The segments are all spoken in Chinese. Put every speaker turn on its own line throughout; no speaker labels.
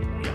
模样。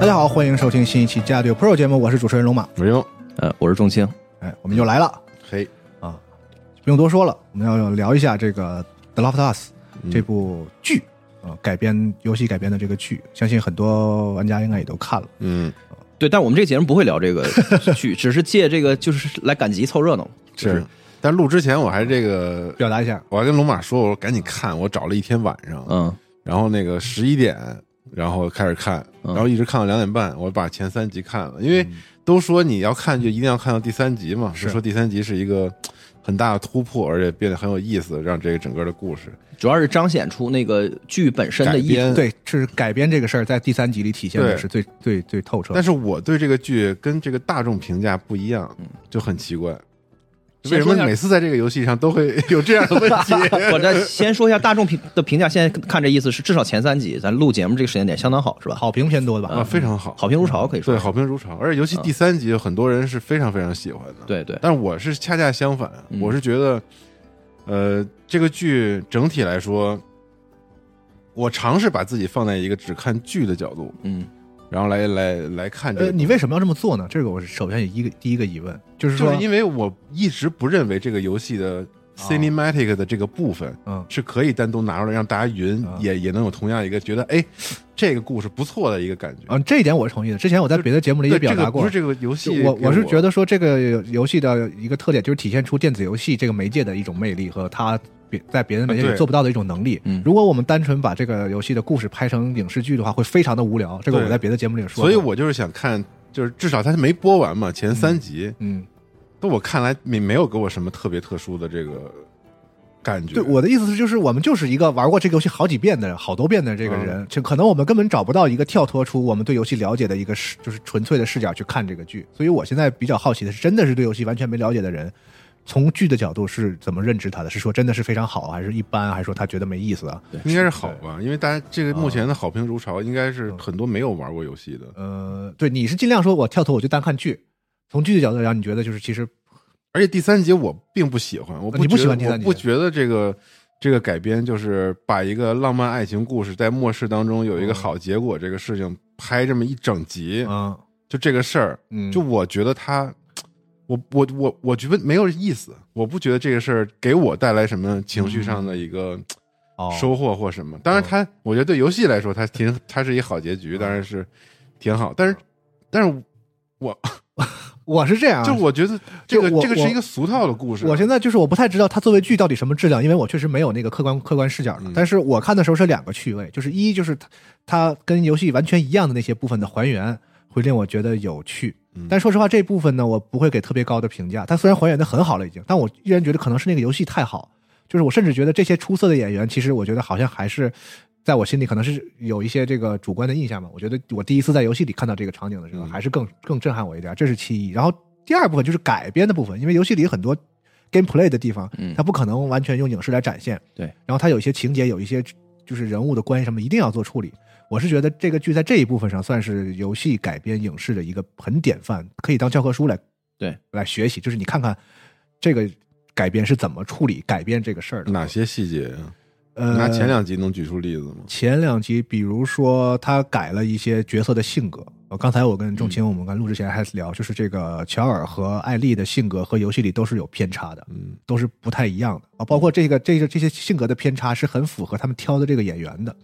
大家好，欢迎收听新一期《加六 Pro》节目，我是主持人龙马。
没有，
呃，我是仲青，
哎，我们又来了，啊
嘿，
不用多说了，我们要聊一下这个《The Last of Us》这
嗯
部剧啊、呃改编游戏改编的这个剧，相信很多玩家应该也都看了。
嗯，
对，但我们这个节目不会聊这个剧， 只是借这个就是来赶集凑热闹。
是。但录之前我还这个，
表达一下，
我还跟龙马说，我说赶紧看，我找了一天晚上，
嗯，
然后那个十一点，然后开始看，
嗯
然后一直看到两点半，我把前三集看了，因为都说你要看就一定要看到第三集嘛，
是
就说第三集是一个很大的突破，而且变得很有意思，让这个整个的故事
主要是彰显出那个剧本身
改
的意
编。，
对，是改编这个事儿，在第三集里体现的
对
是最最最透彻
但。是我对这个剧跟这个大众评价不一样，就很奇怪。为
嗯先
什
说
么
一下
每次在这个游戏上都会有这样的问 题？
我再先说一下大众评的评价，现在看这意思是至少前三集咱录节目这个时间点相当好，是吧？
好评偏多的吧？
啊，非常好，
嗯好评如潮，可以说
对，好评如潮。而且尤其第三集，有很多人是非常非常喜欢的。，
对对
但我是恰恰相反，
嗯
我是觉得，呃，这个剧整体来说，我尝试把自己放在一个只看剧的角度，
嗯，
然后来来来看这
呃，
个。
你为什么要这么做呢？这个我是首先有一个第一个疑问，就是
就
说，哦
是因为我一直不认为这个游戏的 cinematic 的这个部分。
嗯，
是可以单独拿出来让大家云
啊
也也能有同样一个觉得哎，这个故事不错的一个感觉。
嗯、这一点我是同意的。之前我在别的节目里也
对，
表
这
达
个
过，
不是这个游
就
戏给，
我我是觉
得
得说，这个游戏的一个特点就是体现出电子游戏这个媒介的一种魅力和它别在别的媒介
啊
里
对
做不到的一种能力。
嗯
如果我们单纯把这个游戏的故事拍成影视剧的话，会非常的无聊。这个
对
我在别的节目里也说过。
所以我就是想看，就是至少它没播完嘛，前三集，
嗯，
在、我看来没没有给我什么特别特殊的这个感觉。
对，我的意思是，就是我们就是一个玩过这个游戏好几遍的、好多遍的这个
嗯
人，就可能我们根本找不到一个跳脱出我们对游戏了解的一个视，就是纯粹的视角去看这个剧。所以我现在比较好奇的是，真的是对游戏完全没了解的人。从剧的角度是怎么认知它的？是说真的是非常好，还是一般，还是说他觉得没意思啊？
应该是好吧，因为大家这个目前的好评如潮，应该
嗯
是很多没有玩过游戏的。
呃，对，你是尽量说我跳脱，我就单看剧。从剧的角度来讲，你觉得就是其实
而且第三集我并不喜欢，我
哦你不
不
喜欢第三集
我不觉得这个这个改编就是把一个浪漫爱情故事在末世当中有
嗯
一个好结果这个事情拍这么一整集，
啊，
就这个事儿，
嗯，
就我觉得他，我我我我觉得没有意思，我不觉得这个事儿给我带来什么情绪上的一个
哦
收获或什么。当然它，我觉得对游戏来说，它挺它是一好结局，当然是挺好。但是，但是我
我是这样啊，
就我觉得这个
就我
这个是
我
一个俗套的故事。
我现在就是我不太知道它作为剧到底什么质量，因为我确实没有那个客观客观视角了。
嗯
但是我看的时候是两个趣味，就是一就是它它跟游戏完全一样的那些部分的还原，会令我觉得有趣。
嗯
但说实话，这部分呢，我不会给特别高的评价。它虽然还原的很好了已经，但我依然觉得可能是那个游戏太好，就是我甚至觉得这些出色的演员，其实我觉得好像还是。在我心里可能是有一些这个主观的印象吧。我觉得我第一次在游戏里看到这个场景的时候，
嗯
还是更更震撼我一点，这是其一。然后第二部分就是改编的部分，因为游戏里很多 gameplay 的地方
嗯，
它不可能完全用影视来展现。
对
然后它有一些情节，有一些就是人物的关系什么，一定要做处理。我是觉得这个剧在这一部分上算是游戏改编影视的一个很典范，可以当教科书来
对
来学习。就是你看看这个改编是怎么处理改编这个事儿的。
哪些细节啊？
呃，
拿前两集能举出例子吗？
前两集，比如说他改了一些角色的性格。呃，刚才我跟仲卿，我们刚录之前还聊，就是这个乔尔和艾丽的性格和游戏里都是有偏差的，
嗯
都是不太一样的啊。包括这个这个这些性格的偏差是很符合他们挑的这个演员的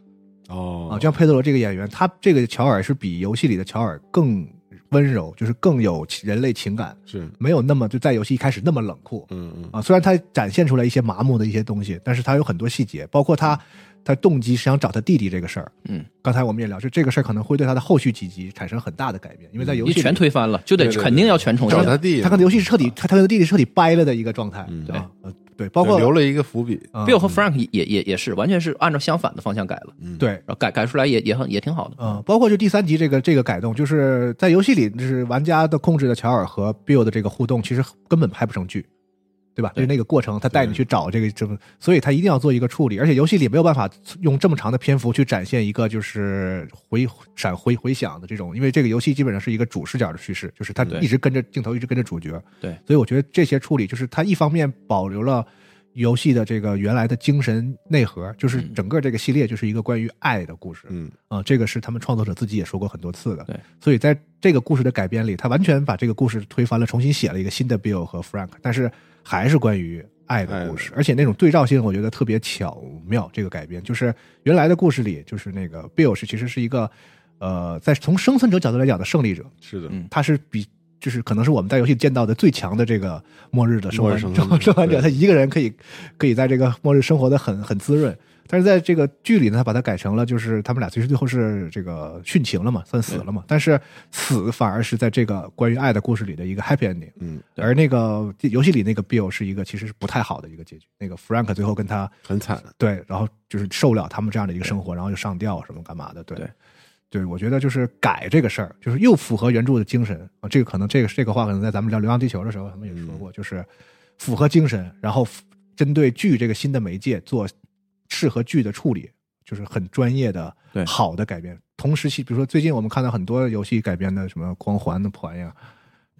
哦
啊。就像佩德罗这个演员，他这个乔尔是比游戏里的乔尔更温柔，就是更有人类情感，
是
没有那么就在游戏一开始那么冷酷。
嗯嗯
啊，虽然他展现出来一些麻木的一些东西，但是他有很多细节，包括他他动机是想找他弟弟这个事儿。
嗯，
刚才我们也聊，就这个事儿可能会对他的后续几集产生很大的改变，因为在游
你
戏
全
里
推翻了，就得
对对对
肯定要全重
找
新。
他弟，
哦他跟游戏是彻底他他跟弟弟彻底掰了的一个状态。
啊嗯
啊，呃对，包括
留了一个伏笔。
嗯
Bill 和 Frank 也也也也是完全是按照相反的方向改了，
嗯，
对。
然后改改出来也也很也挺好的。
嗯，包括就第三集这个这个改动，就是在游戏里，就是玩家的控制的乔尔和 Bill 的这个互动，其实根本拍不成剧，对吧？就
对
是那个过程，他带你去找这个这么，所以他一定要做一个处理，而且游戏里没有办法用这么长的篇幅去展现一个就是回闪回回响的这种，因为这个游戏基本上是一个主视角的叙事，就是他
对
一直跟着镜头，一直跟着主角。
对
所以我觉得这些处理就是它一方面保留了。游戏的这个原来的精神内核，就是
嗯
整个这个系列就是一个关于爱的故事，
嗯，
啊、这个是他们创作者自己也说过很多次的。
对，
所以在这个故事的改编里，他完全把这个故事推翻了，重新写了一个新的 Bill 和 Frank，但是还是关于爱的故事，而且那种对照性我觉得特别巧妙。这个改编就是原来的故事里，就是那个 Bill 是其实是一个，呃，在从生存者角度来讲的胜利者，
是的，
嗯
他是比。就是可能是我们在游戏里见到的最强的这个末日的生
末
还
日生还者
生还者，
对
他一个人可以可以在这个末日生活的很很滋润。但是在这个剧里呢，他把它改成了就是他们俩其实最后是这个殉情了嘛，算死
嗯
了嘛。但是死反而是在这个关于爱的故事里的一个 happy ending。
嗯，
而那个游戏里那个 Bill 是一个其实是不太好的一个结局。那个 Frank 最后跟他
很惨。
对，然后就是受不了他们这样的一个生活，然后就上吊什么干嘛的，对。
对
对我觉得就是改这个事儿，就是又符合原著的精神啊。这个可能这个这个话可能在咱们聊《流浪地球》的时候，他们也说
嗯
过，就是符合精神，然后符针对剧这个新的媒介做适合剧的处理，就是很专业的、
对
好的改编。同时期，比如说最近我们看到很多游戏改编的什么《光环》的破玩意儿，《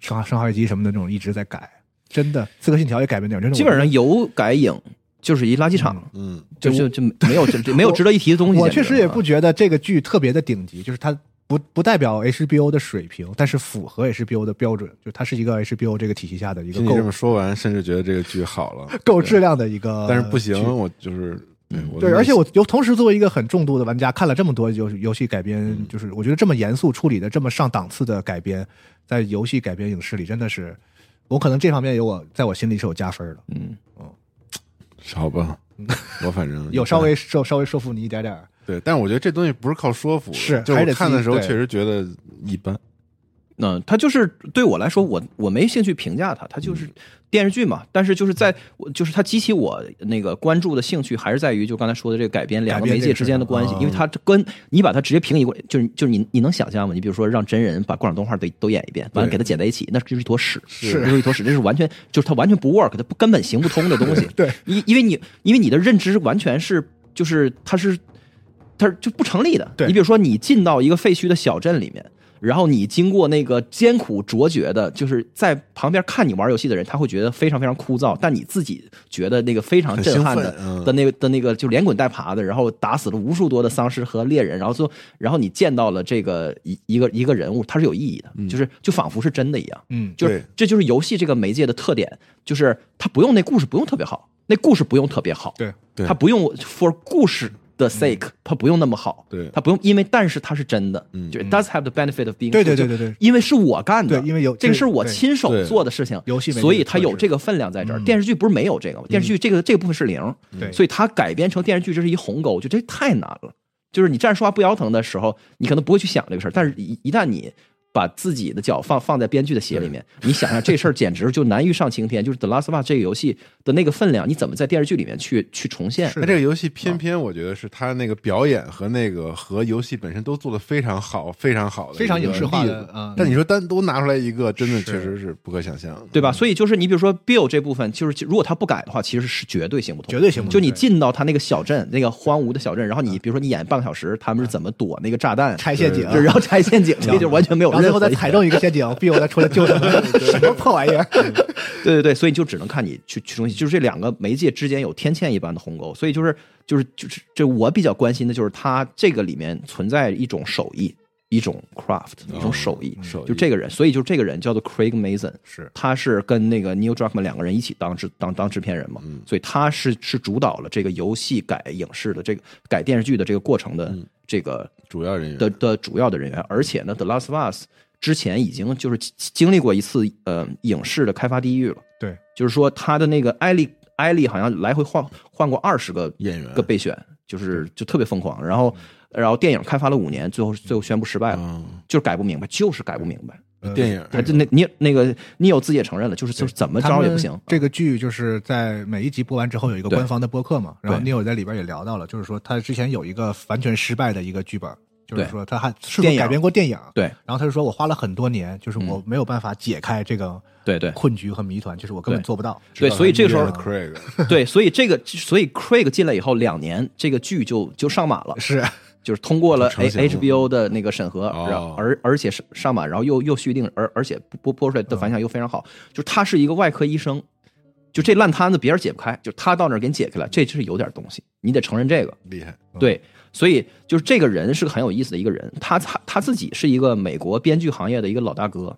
生化生化危机》什么的这种一直在改，真的《刺客信条》也改编点儿，真的
基本上有改影就是一垃圾场，
嗯，
就就就没有就就没有值得一提的东西。
我
简
确
直
实也
啊
不觉得这个剧特别的顶级，就是它不不代表 HBO 的水平，但是符合 HBO 的标准，就是它是一个 HBO 这个体系下的一个
听你这
够
么说完，甚至觉得这个剧好了，
够质量的一个，
但是不行，。我就是对我
呃对，
的
而且
内
我有同时作为一个很重度的玩家，看了这么多游游戏改编，
嗯
就是我觉得这么严肃处理的、这么上档次的改编，在游戏改编影视里真的是，我可能这方面有我在我心里是有加分的，
嗯，
心好 吧，我反正
有稍微稍稍微说服你一点点儿。
对，但是我觉得这东西不是靠说服的，
是
就
还
我
得
看
自己
的时候
对
确实觉得一般，
那他呃就是对我来说，我我没兴趣评价他，他
嗯
就是电视剧嘛。但是就是在我就是他激起我那个关注的兴趣，还是在于就刚才说的这个改编两个媒介之间的关系
改，编这
因为
个事嗯
它跟你把它直接平移过，就是就是你你能想象吗？你比如说让真人把各种动画都都演一遍，完了
对
给它剪在一起，那就是一坨屎，
是
那就是一坨屎，这是完全就是它完全不 work，它不根本行不通的东西。
对，
因因为你因为你的认知完全是就是它是它是就不成立的。
对
你比如说，你进到一个废墟的小镇里面，然后你经过那个艰苦卓绝的，就是在旁边看你玩游戏的人，他会觉得非常非常枯燥，但你自己觉得那个非常震撼的
很兴奋嗯
的那个的那个就连滚带爬的，然后打死了无数多的丧尸和猎人，然后最后然后你见到了这个一一个一个人物，他是有意义的，就是就仿佛是真的一样。
嗯，
就是
嗯对
这就是游戏这个媒介的特点，就是它不用那故事不用特别好，那故事不用特别好，
对
对嗯
它不用 for 故事的 sake，它不用那么好，
对
它不用，因为但是它是真的，
嗯
就 it does have the benefit of being，
对对对
true，就
对对
因为是我干的，
对因为有
这个是我
对
亲手
对
做的事情，
游戏没
所
这
以
个
它
特
有
质
这个分量在这儿。
嗯
电视剧不是没有这个吗？电视剧这个这个部分是零，
对，
嗯所以它改编成电视剧这是一鸿沟，我觉得这太难了。就是你站着说话不腰疼的时候，你可能不会去想这个事儿，但是一一旦你把自己的脚放放在编剧的鞋里面，你想想这事儿简直就难于上青天。就是《The Last of Us》这个游戏的那个分量，你怎么在电视剧里面去去重现？
那这个游
啊
戏偏偏我觉得是它那个表演和那个和游戏本身都做的非常好，非常好的，
非常影视化的嗯
但你说单独拿出来一个，真的
是
确实是不可想象的，
对吧？所以就是你比如说 Bill 这部分，就是如果他不改的话，其实是绝对行不通，
绝对行不通
就你进到他那个小镇，那个荒芜的小镇，然后你比如说你演半个小时，他们是怎么躲那个炸弹，
拆陷阱，
就然后拆陷 阱，这个就完全没有
然后
任
最
何
后再踩中一个陷 阱，逼我再出来救他们，什么破玩意儿？
嗯对对对，所以就只能看你去去中心，就是这两个媒介之间有天堑一般的鸿沟，所以就是就是就是这我比较关心的就是它这个里面存在一种手艺，一种 craft，一种手艺，
哦手艺
就这个人，所以就这个人叫做 Craig Mason，
是
他是跟那个 Neil Druckmann 两个人一起当制当当制片人嘛，
嗯
所以他是是主导了这个游戏改影视的这个改电视剧的这个过程
嗯
的这个
主要人员
的的主要的人员，而且呢，《The Last of Us》之前已经就是经经历过一次呃影视的开发地狱了，
对，
就是说他的那个艾丽艾丽好像来回换换过二十个
演员
个备选，就是就特别疯狂，然后
嗯
然后电影开发了五年，最后最后宣布失败了，
嗯
就是改不明白，就是改不明白，
哎
电影
他就那你那个你有自己也承认了，就是就是怎么着也不行，
这个剧就是在每一集播完之后有一个
对
官方的播客嘛，然后
对
你有在里边也聊到了，就是说他之前有一个完全失败的一个剧本，就是
对
说他还是
电
否
影
改编过电影，
啊对
然后他就说我花了很多年，就是我没有办法解开这个
对对
困局和谜团，就是我根本
对
做不到。
对，所以这个时候
Craig
对，所以这个所以 Craig 进来以后两年，这个剧就就上马了，
是，
就是通过了
成
A
型了
HBO 的那个审核，
哦
然后而而且是上马，然后又又续订，而而且播播出来的反响又非常好。就是他是一个外科医生，就这烂摊子别人解不开，就他到那儿给你解开了，这就是有点东西，你得承认这个。
厉害，
对，所以就是这个人是个很有意思的一个人，他他他自己是一个美国编剧行业的一个老大哥，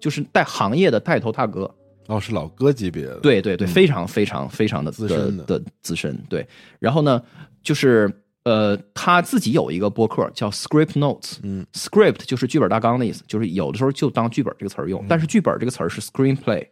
就是带行业的带头大哥。
哦，是老哥级别的，
对对对，非常非常非常的
嗯资
呃
深的
的的资深。对，然后呢，就是呃，他自己有一个播客叫 Script Notes，
嗯
，Script 就是剧本大纲的意思，就是有的时候就当剧本这个词儿
嗯
用，但是剧本这个词儿是 screenplay，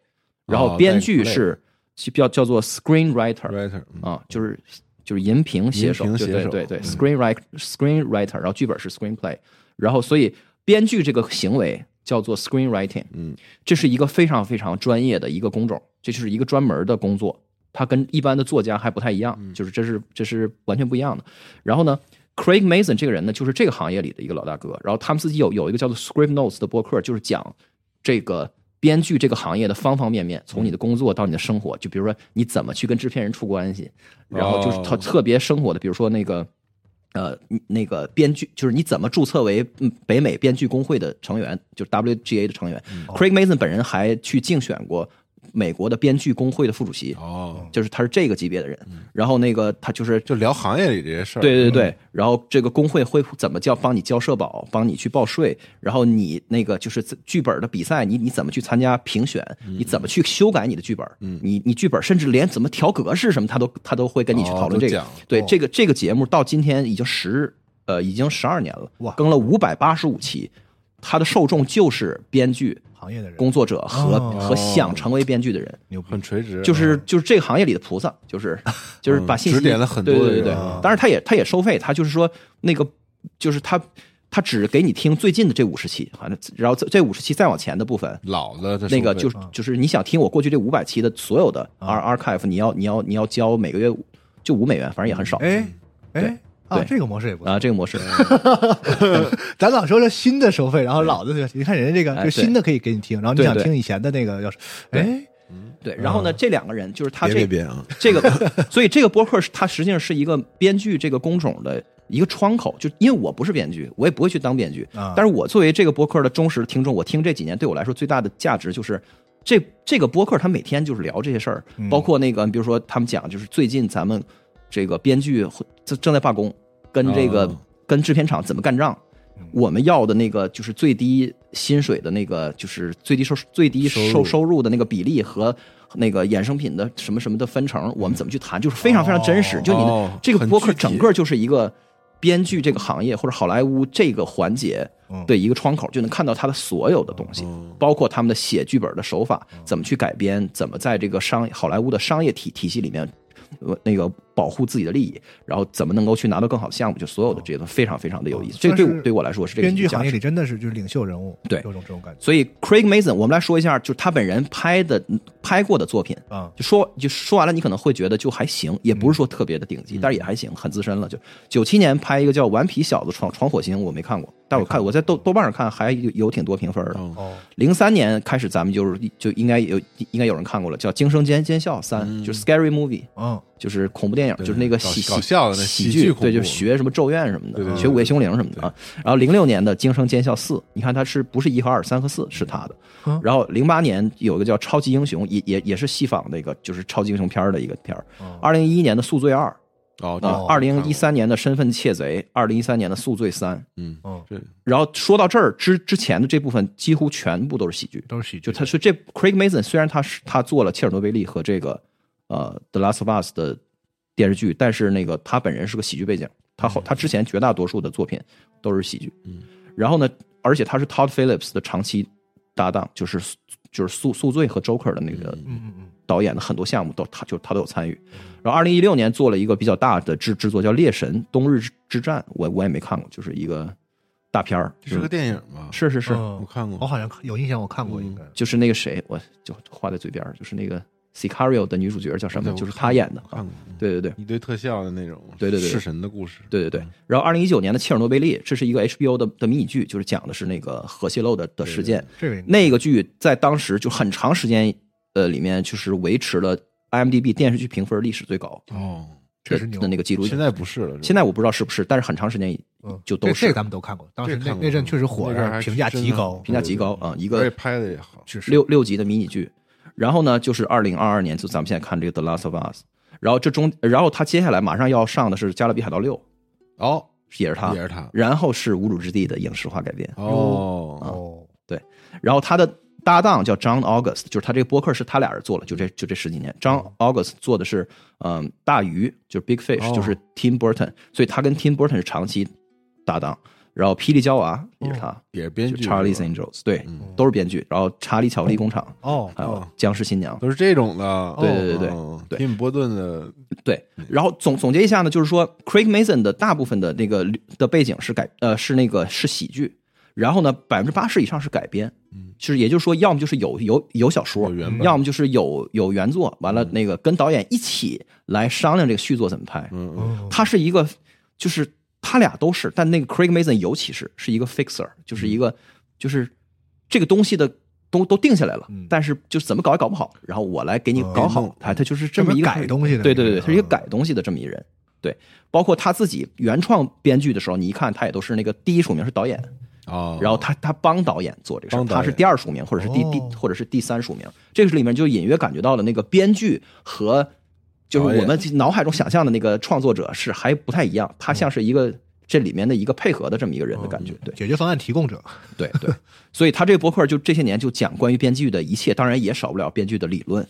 然
哦
后编剧是是叫叫做 screenwriter，
，writer，嗯
啊，就是就是银屏写手，
银屏
对
写手
对对对
嗯
，screenwriter screenwriter，然后剧本是 screenplay，然后所以编剧这个行为叫做 screenwriting，
嗯，
这是一个非常非常专业的一个工种，这就是一个专门的工作，它跟一般的作家还不太
嗯
一样，就是这是这是完全不一样的。然后呢？Craig Mason 这个人呢，就是这个行业里的一个老大哥。然后他们自己有有一个叫做 Script Notes 的播客，就是讲这个编剧这个行业的方方面面，从
嗯
你的工作到你的生活，就比如说你怎么去跟制片人处关系，然后就是特
哦
特别生活的，比如说那个呃你那个编剧，就是你怎么注册为嗯北美编剧工会的成员，就是 WGA 的成员。Craig
嗯
Mason 本人还去竞选过美国的编剧工会的副主席，
哦，
就是他是这个级别的人。然后那个他就是
就聊行业里这些事儿，
对对对，然后这个工会会怎么叫帮你交社保，帮你去报税，然后你那个就是剧本的比赛，你你怎么去参加评选，你怎么去修改你的剧本，你你剧本甚至连怎么调格式什么，他都他都会跟你去
哦
讨论
都
这个。
讲
对，这个这个节目到今天已经十呃已经十二年了，
哇
更了五百八十五期，它的受众就是编剧
行业的人
工作者和、
哦
和想成为编剧的人。
牛逼
很，垂直，
就是就是这个行业里的菩萨， 就是就是把信
嗯
息
指点了很多
对对
人
对对
啊，
当然他也他也收费，他就是说那个就是他他只给你听最近的这五十期，好像然后这这五十期再往前的部分。
老的这
那个
收费啊
就是就是你想听我过去这五百期的所有的 R archive，你要你要你要交每个月就五美元，反正也很
嗯
少
哎哎
嗯对
啊，
对
这个模式也不
哎
错。
啊。这个模式，
咱老说这新的收费，然后老的就你看人家这个，
哎
就新的可以给你听，然后你想
对对
听以前的那个，要是哎，
对。然后呢，这两个人就是他
啊别别
这
别啊，
这个， 所以这个播客是它实际上是一个编剧这个工种的一个窗口，就因为我不是编剧，我也不会去当编剧，
啊
但是我作为这个播客的忠实听众，我听这几年对我来说最大的价值就是。这这个播客，他每天就是聊这些事儿，包括那个，比如说他们讲，就是最近咱们这个编剧会正正在罢工，跟这个、
哦
跟制片厂怎么干仗，我们要的那个就是最低薪水的那个，就是最低收最低收收入的那个比例和那个衍生品的什么什么的分成，我们怎么去谈，就是非常非常真实。就你的
哦
这个
很
播客
具体
整个就是一个编剧这个行业或者好莱坞这个环节
嗯
的一个窗口，就能看到他的所有的东西，
哦
包括他们的写剧本的手法，
嗯
怎么去改编，怎么在这个商好莱坞的商业体体系里面。呃那个保护自己的利益，然后怎么能够去拿到更好的项目，就所有的这些都非常非常的有意思。这对
哦
我
算是
对我来说是这个
编剧
价值
行业里真的是就是领袖人物，
对
有种这种感觉
所以 Craig Mason，我们来说一下，就是他本人拍的拍过的作品，
啊。
就说就说完了，你可能会觉得就还行，也不是说特别的顶级，但是也还行，很资深了。就九七年拍一个叫《顽皮小子闯闯火星》，我没看过，但我看我在豆豆瓣上看还有有挺多评分的。
哦
哦，
零三年开始，咱们就是就应该有应该有人看过了，叫《惊声尖尖笑三》，就是 Scary Movie。
嗯，
就是恐怖电影，就是那个喜
搞搞笑的那
喜
喜剧
剧，
恐怖
对，就学什么《咒怨》什么的，
对对对
学《午夜凶铃》什么的啊。然后零六年的《惊声尖笑四》，你看它是不是一和二、三和四是他的？
嗯
然后零八年有一个叫《超级英雄》，也也也是西方的一个就是超级英雄片儿的一个片儿。二零一一年的《宿醉二》
嗯哦，这
啊
个，
二零一，三年的《身份窃贼》，二零一三年的《宿醉三》。
嗯
哦，
这
然后说到这儿之之前的这部分，几乎全部都是喜剧，
都是喜剧，
就他说这 Craig Mason 虽然他是他做了《切尔诺贝利》和这个呃《The Last of Us》的电视剧，但是那个他本人是个喜剧背景，他后他之前绝大多数的作品都是喜剧。
嗯，
然后呢，而且他是 Todd Phillips 的长期搭档，就是就是宿宿醉和 Joker 的那个
嗯嗯嗯，
导演的很多项目都他就他都有参与。然后二零一六年做了一个比较大的制制作叫《猎神：冬日之之战》，我我也没看过，就是一个大片儿，
这是个哦电影吧？
是是是，
嗯
我看过
我好像看有印象，我看
嗯
过应该。
就是那个谁，我就话在嘴边儿，就是那个 Sicario 的女主角叫什么？
对我
就是
看
她演的
我
啊
看。过嗯
对对对
一堆特效的那种，
对对对
弑神的故事，
对对对。然后二零一九年的《切尔诺贝利》，这是一个 HBO 的的迷你剧，就是讲的是那个核泄漏的的事件。
这个应该
那个剧在当时就很长时间呃里面就是维持了 IMDB 电视剧评分历史最高
哦，
确
的
实牛
的那个记录。
现在不是了，
现
在
在我不知道是不是，但是很长时间
嗯
就都
这
是
这咱们都看过，当时
这看
那
过
那阵确实火，
那阵
然
儿还
后评价
真
极
的
高，
评价极高啊，一
而且
个
拍的也好，
就是
六六集的迷你剧。然后呢，就是二零二二年，就咱们现在看这个《The Last of Us》，然后这中，然后他接下来马上要上的是《加勒比海盗六》，
哦，
也是他，
也是他，
然后是《无主之地》的影视化改编，啊
哦，
哦，
然后他的搭档叫 John August，就是他这个播客是他俩人做了，就这就这十几年，John August 做的是嗯、大鱼，就是 Big Fish，、
哦
就是 Tim Burton，所以他跟 Tim Burton 是长期搭档，然后霹雳娇娃也是他，
也是哦编
就
剧
Charlie's
是吧嗯
Angels，对，都是编剧，然后查理巧克力工厂，
哦
还有
哦
僵尸新娘，
都是这种的，
对对对对
哦
对
蒂姆波顿的
对，
嗯
然后总总结一下呢，就是说 Craig Mason 的大部分的那个的背景是改呃是那个是喜剧，然后呢百分之八十以上是改编，嗯，就是也就是说，要么就是有有有小说
有原嗯本
要么就是有有原作，完了那个跟导演一起来商量这个续作怎么拍，
嗯嗯
哦
他是一个就是他俩都是，但那个 Craig Mason 尤其是是一个 fixer，就是
嗯
一个就是这个东西的。都都定下来了，但是就是怎么搞也搞不好，然后我来给你
嗯
搞
呃给你
好
弄，
他他就是这么一个
改东西的，嗯
对对对，
他
他是
啊
一个改东西的这么一人。对，包括他自己原创编剧的时候，你一看他也都是那个第一署名是导演，
哦，
然后他他帮导演做这个事儿，
帮导演
他是第二署名或者是第第
哦
或者是第三署名，这个里面就隐约感觉到了那个编剧和就是我们脑海中想象的那个创作者是还不太一样，他
嗯
像是一个这里面的一个配合的这么一个人
哦
的感觉，对。
解决方案提供者，
对对，所以他这个博客就这些年就讲关于编剧的一切，当然也少不了编剧的理论。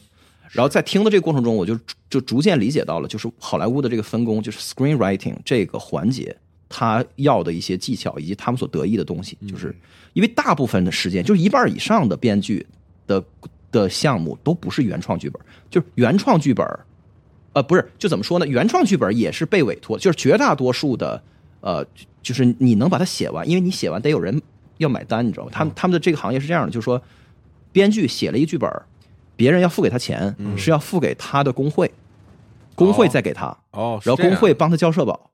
然后在听的这个过程中，我就就逐渐理解到了，就是好莱坞的这个分工，就是 screenwriting 这个环节，他要的一些技巧以及他们所得意的东西，就是因为大部分的时间，就是一半以上的编剧的的项目都不是原创剧本，就是原创剧本呃，不是，就怎么说呢？原创剧本也是被委托，就是绝大多数的，呃，就是你能把它写完，因为你写完得有人要买单，你知道吗？他们他们的这个行业是这样的，就是说，编剧写了一剧本，别人要付给他钱，是要付给他的工会，工会再给他，
哦，是
然后
这样
工会帮他交社保，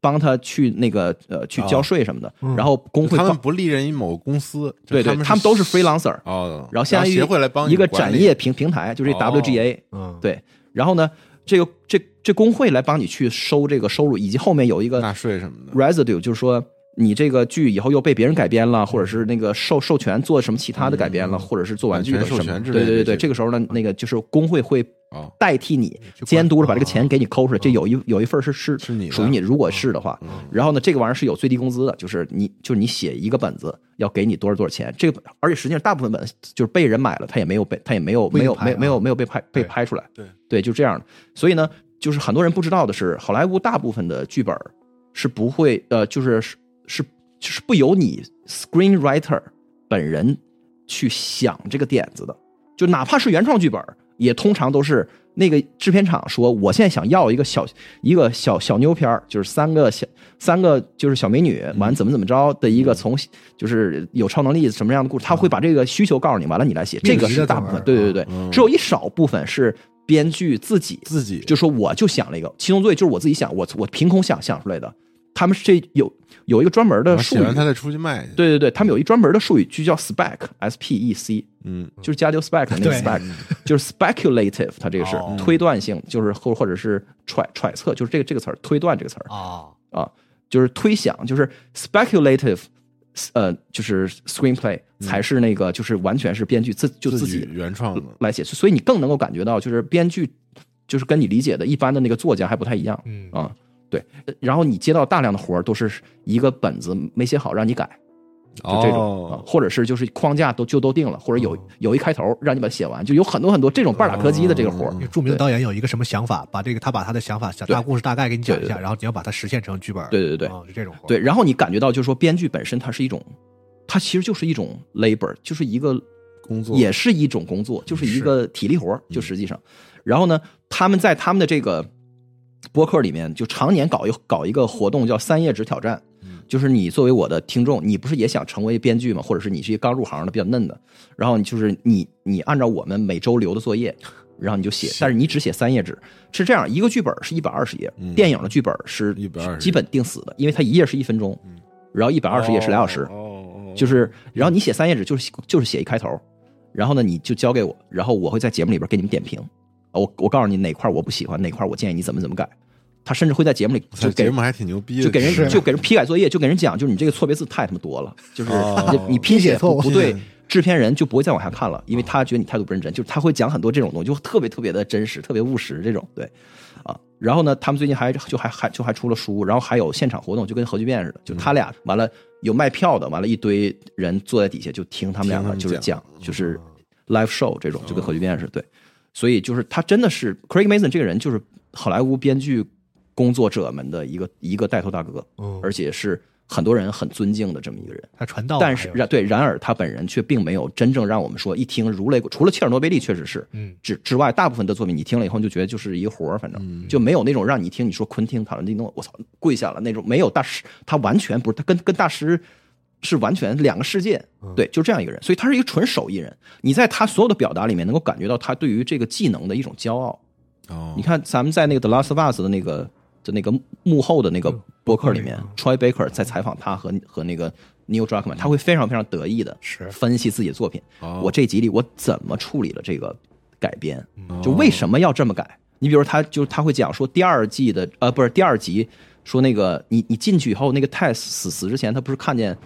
帮他去那个呃去交税什么的，然后工
哦
会
嗯他
帮
们不立任于某公司，
对对，
就是
他们都是 freelancer，
哦，
然后相当于
协会来帮你
一个
管
展
理
业平平台，就是这
哦
WGA，、
嗯，
对，然后呢，这个这这工会来帮你去收这个收入，以及后面有一
纳
个
税什么的，
residue，就是说你这个剧以后又被别人改编了，或者是那个授授权做什么其他的改编了，或者是做玩具
嗯版
了
权
什
授
么，
权之
对
类
对
的
对
这
对，
些
这个时候呢，那个就是工会会
啊，
代替你
去管
监督着把这个钱给你抠出来，这有一有一份是是
是你的
属于你的，如果是的话，
嗯
然后呢，这个玩意儿是有最低工资的，就是你就是你写一个本子要给你多少多少钱，这个而且实际上大部分本子就是被人买了，他也没有被他也没有
不一
没
定
有
拍
没
啊
没有没有被拍被
对
拍出来，
对
对，就这样的。所以呢，就是很多人不知道的是，好莱坞大部分的剧本是不会呃，就是是是是不由你 screenwriter 本人去想这个点子的，就哪怕是原创剧本，也通常都是那个制片厂说，我现在想要一个小一个小小妞片儿，就是三个小三个就是小美女完怎么怎么着的一个从就是有超能力什么样的故事，他会把这个需求告诉你，完了你来写，这个是大部分，对对对
嗯
对，只有一少部分是编剧自己
自己
就说我就想了一个《七宗罪》，就是我自己想，我我凭空想想出来的。他们是这有有一个专门的
然后
术
写
语
完，他再出去卖去，，
对对对，他们有一专门的术语，就叫 spec，s p e c，
嗯，
就是加丢 spec 那个
对
spec，就是 speculative，它这个是
哦
推断性，就是或或者是揣揣测，就是这个这个词儿，推断这个词儿
啊，
啊，就是推想，就是 speculative，呃，就是 screenplay 才是那个就是完全是编剧自就
自
自己
原创的，
来写，所以你更能够感觉到，就是编剧就是跟你理解的一般的那个作家还不太一样
嗯
啊、对，呃然后你接到大量的活儿都是一个本子没写好让你改，就这种、啊
哦，，
或者是就是框架都就都定了，或者有有一开头让你把它写完，就有很多很多这种半打磕机的这个活儿。
因为著名的导演有一个什么想法，把这个他把他的想法想大故事大概给你讲一
对对
下，然后你要把它实现成剧本。
对对对
啊，是这种活。
对，然后你感觉到就是说，编剧本身它是一种，它其实就是一种 labor，就是一个
工作
也是一种工作，就是一个体力活儿，就实际上。然后呢，他们在他们的这个播客里面，就常年搞一搞一个活动，叫三页纸挑战。就是你作为我的听众，你不是也想成为编剧吗？或者是你是一个刚入行的比较嫩的，然后你就是你你按照我们每周留的作业，然后你就写，但是你只写三页纸，是这样，一个剧本是一百二十页，电影的剧本是
120
基本定死的，因为它一页是一分钟，然后一百二十页是俩小时，
哦哦，哦
就是，然后你写三页纸，就是就是写一开头，然后呢，你就交给我，然后我会在节目里边给你们点评，啊我我告诉你哪块我不喜欢，哪块我建议你怎么怎么改。他甚至会在节目里
我操
就给
节目还挺牛逼的，
就给
是
人就给人批改作业，就给人讲，就是你这个错别字太他妈多了，就是
哦哦
你你拼
拼写
写
错误
不不对
拼写，
制片人就不会再往下看了，因为他觉得你态度不认真，就是他会讲很多这种东西，就特别特别的真实，特别务实这种，对啊。然后呢，他们最近还就还还就还出了书，然后还有现场活动，就跟核聚变似的，就
嗯
他俩完了有卖票的，完了一堆人坐在底下就听他们两
听他
个
们
就是
讲嗯
讲就是 live show 这种，就跟核聚变似的，对。所以就是他真的是 Craig Mason 这个人，就是好莱坞编剧工作者们的一个一个带头大哥，
嗯
而且是很多人很尊敬的这么一个人。
他传道嘛，
但是
还有
然对，然而他本人却并没有真正让我们说一听如雷，除了切尔诺贝利确实是，
嗯，
之之外，大部分的作品你听了以后你就觉得就是一个活儿，反
嗯
正就没有那种让你一听你说昆汀塔伦蒂诺，我操跪下了那种，没有大师，他完全不是，他跟跟大师是完全两个世界，
嗯
对，就这样一个人，所以他是一个纯手艺人，你在他所有的表达里面能够感觉到他对于这个技能的一种骄傲，
哦
你看，咱们在那个《The Last of Us》的那个的那个幕后的那个博客里面、t r o y Baker 在采访他和和那个 Neil Druckmann，他会非常非常得意的
是
分析自己的作品。
哦
我这集里我怎么处理了这个改编？
哦
就为什么要这么改？你比如他就他会讲说第二季的呃不是第二集说那个你你进去以后那个泰死死之前他不是看见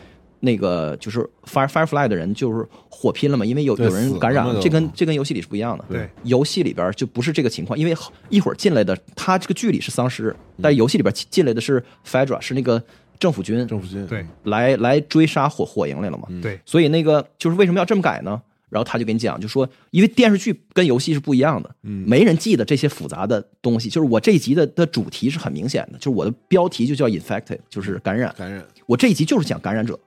那个就是 Fire Firefly 的人就是火拼了嘛，因为有
对
有人感染
死了嘛
了，
都
这跟这跟游戏里是不一样的。
对，
游戏里边就不是这个情况，因为一会儿进来的他这个剧里是丧尸，但游戏里边进进来的是 Fedra 是那个政府军
政府军
对
来来追杀火火营来了嘛。
对
所以那个就是为什么要这么改呢？然后他就给你讲，就说因为电视剧跟游戏是不一样的，没人记得这些复杂的东西。就是我这一集的的主题是很明显的，就是我的标题就叫 infected，就是感染。
感染
我这一集就是讲感染者，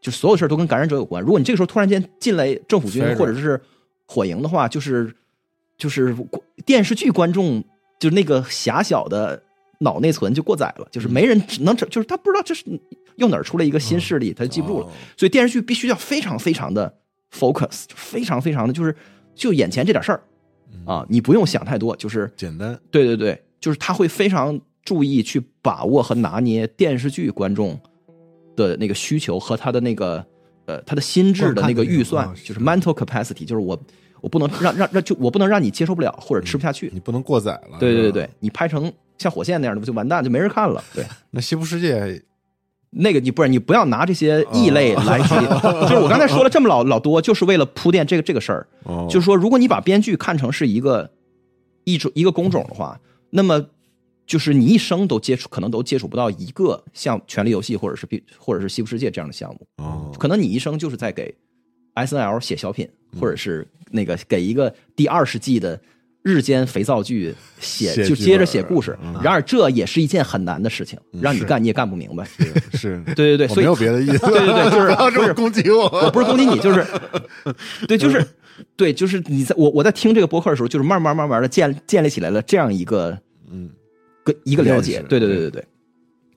就是所有事儿都跟感染者有关。如果你这个时候突然间进来政府军
非常
或者是火营的话，就是就是观电视剧观众就是那个狭小的脑内存就过载了，就是没人能整，就是他不知道这是又哪儿出来一个新势力，他就记不住了
哦。
所以电视剧必须要非常非常的 focus，就非常非常的就是就眼前这点事儿啊，你不用想太多，就是
简单，
对对对，就是他会非常注意去把握和拿捏电视剧观众的那个需求和他的那个呃他的心智的那个预算
观看的那，个
就是 mental capacity，就是我我不能让让让就我不能让你接受不了或者吃不下去。
你不能过载了。
对对对
是吧
对，，你拍成像火线那样的不就完蛋，就没人看了。对。
那西部世界
那个你不是你不要拿这些异类来 提，就是我刚才说了这么老老多，就是为了铺垫这个这个事儿。
哦
就是说，如果你把编剧看成是一个一种一个工种的话，那么就是你一生都接触，可能都接触不到一个像《权力游戏》或者是 B 或者是《西部世界》这样的项目，
哦，
可能你一生就是在给 S N L 写小品，
嗯
或者是那个给一个第二十季的日间肥皂剧写，
写
就
剧
接着
本
写故事
嗯。
然而这也是一件很难的事情，让你干你也干不明白。
是，
对对对，
我
所
没
以
有别的意思，
对对对， 就是
不要这么攻击我。
我不是攻击你，就是对，就是对，就是你在我我在听这个播客的时候，就是慢慢慢慢的建建立起来了这样一个
嗯，
个一个了解
认识，
对对对对对，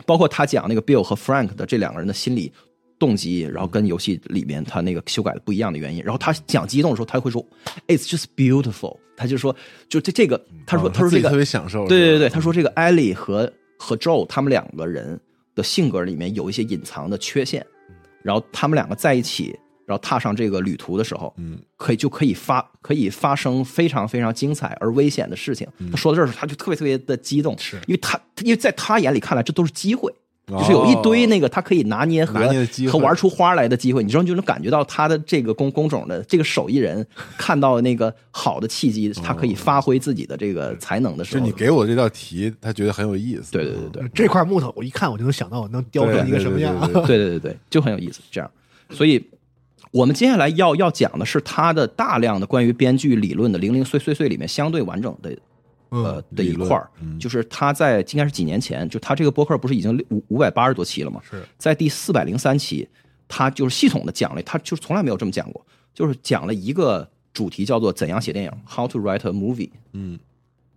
包括他讲那个 Bill 和 Frank 的这两个人的心理动机，然后跟游戏里面他那个修改的不一样的原因，然后他讲激动的时候，他会说 "It's just beautiful"，他就说就这这个，他说
哦
他说
自
这
己
个
特别享受，
对对
是吧
对，他说这个艾莉和和 Joe 他们两个人的性格里面有一些隐藏的缺陷，然后他们两个在一起，然后踏上这个旅途的时候，
嗯，
可以就可以发可以发生非常非常精彩而危险的事情。
嗯
他说到这儿的时候，他就特别特别的激动，
是
因为他因为在他眼里看来这都是机会。
哦
就是有一堆那个他可以拿捏和
拿捏的机会
和玩出花来的机会，你知道你就能感觉到他的这个工工种的这个手艺人看到那个好的契机，他可以发挥自己的这个才能的
哦
时
就
候，
你给我这道题，他觉得很有意思，嗯
对对 对对
这块木头我一看我就能想到我能雕
对
成一个什么样。
对对对对
对对对对，就很有意思。这样，所以我们接下来要要讲的是他的大量的关于编剧理论的零零碎碎碎里面相对完整的
嗯
呃的一
理论
块儿，
嗯
就是他在应该是几年前，就他这个播客不是已经六五五百八十多期了吗？
是
在第四百零三期，他就是系统的讲了，他就是从来没有这么讲过，就是讲了一个主题叫做怎样写电影 （How to Write a Movie）。
嗯，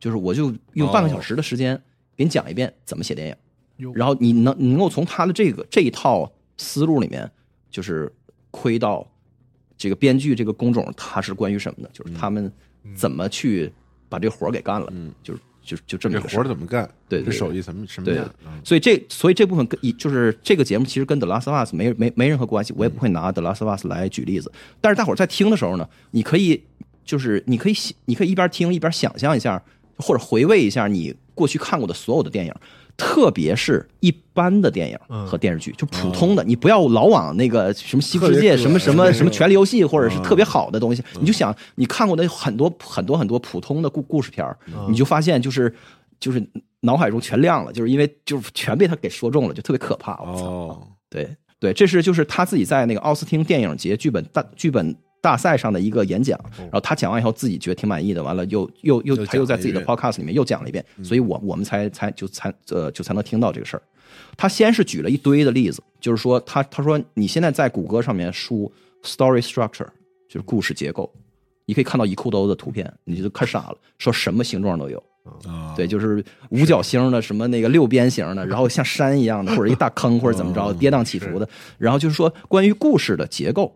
就是我就用半个小时的时间给你讲一遍怎么写电
哟
影，然后你能你能够从他的这个这一套思路里面，就是窥到这个编剧这个工种它是关于什么的，就是他们怎么去把这活儿给干了，就是就就这么
这
一个事
活
儿
儿怎么干？
对对
这
对
手艺什么什么
对
样？嗯
所以这所以这部分跟以就是这个节目其实跟 The Last of Us 没没没任何关系，我也不会拿 The Last of Us 来举例子。但是大伙儿在听的时候呢，你可以就是你可以想你可以一边听一边想象一下，或者回味一下你过去看过的所有的电影。特别是一般的电
嗯
影和电视剧，就普
哦
通的，你不要老往那个什么《西部世界》、什么什么什么《权力游戏》，或者是特别好的东西，你就想你看过的很多很多很多普通的故故事片儿你就发现就是就是脑海中全亮了，就是因为就是全被他给说中了，就特别可怕。我操！
哦，
对对，这是就是他自己在那个奥斯汀电影节剧本大剧本大赛上的一个演讲，然后他讲完以后自己觉得挺满意的，完了又又又
嗯又
他
讲
又在
了一
自己的
遍嗯
podcast 里面又讲了一遍，所以我我们才才就才呃就才能听到这个事儿。他先是举了一堆的例子，就是说他他说你现在在谷歌上面输 story structure 就是故事结构，你可以看到一裤兜子图片，你就看傻了，说什么形状都有。
啊
对，就是五角星的，什么那个六边形的，然后像山一样的，或者一大坑，或者怎么着，跌宕起伏的。然后就是说，关于故事的结构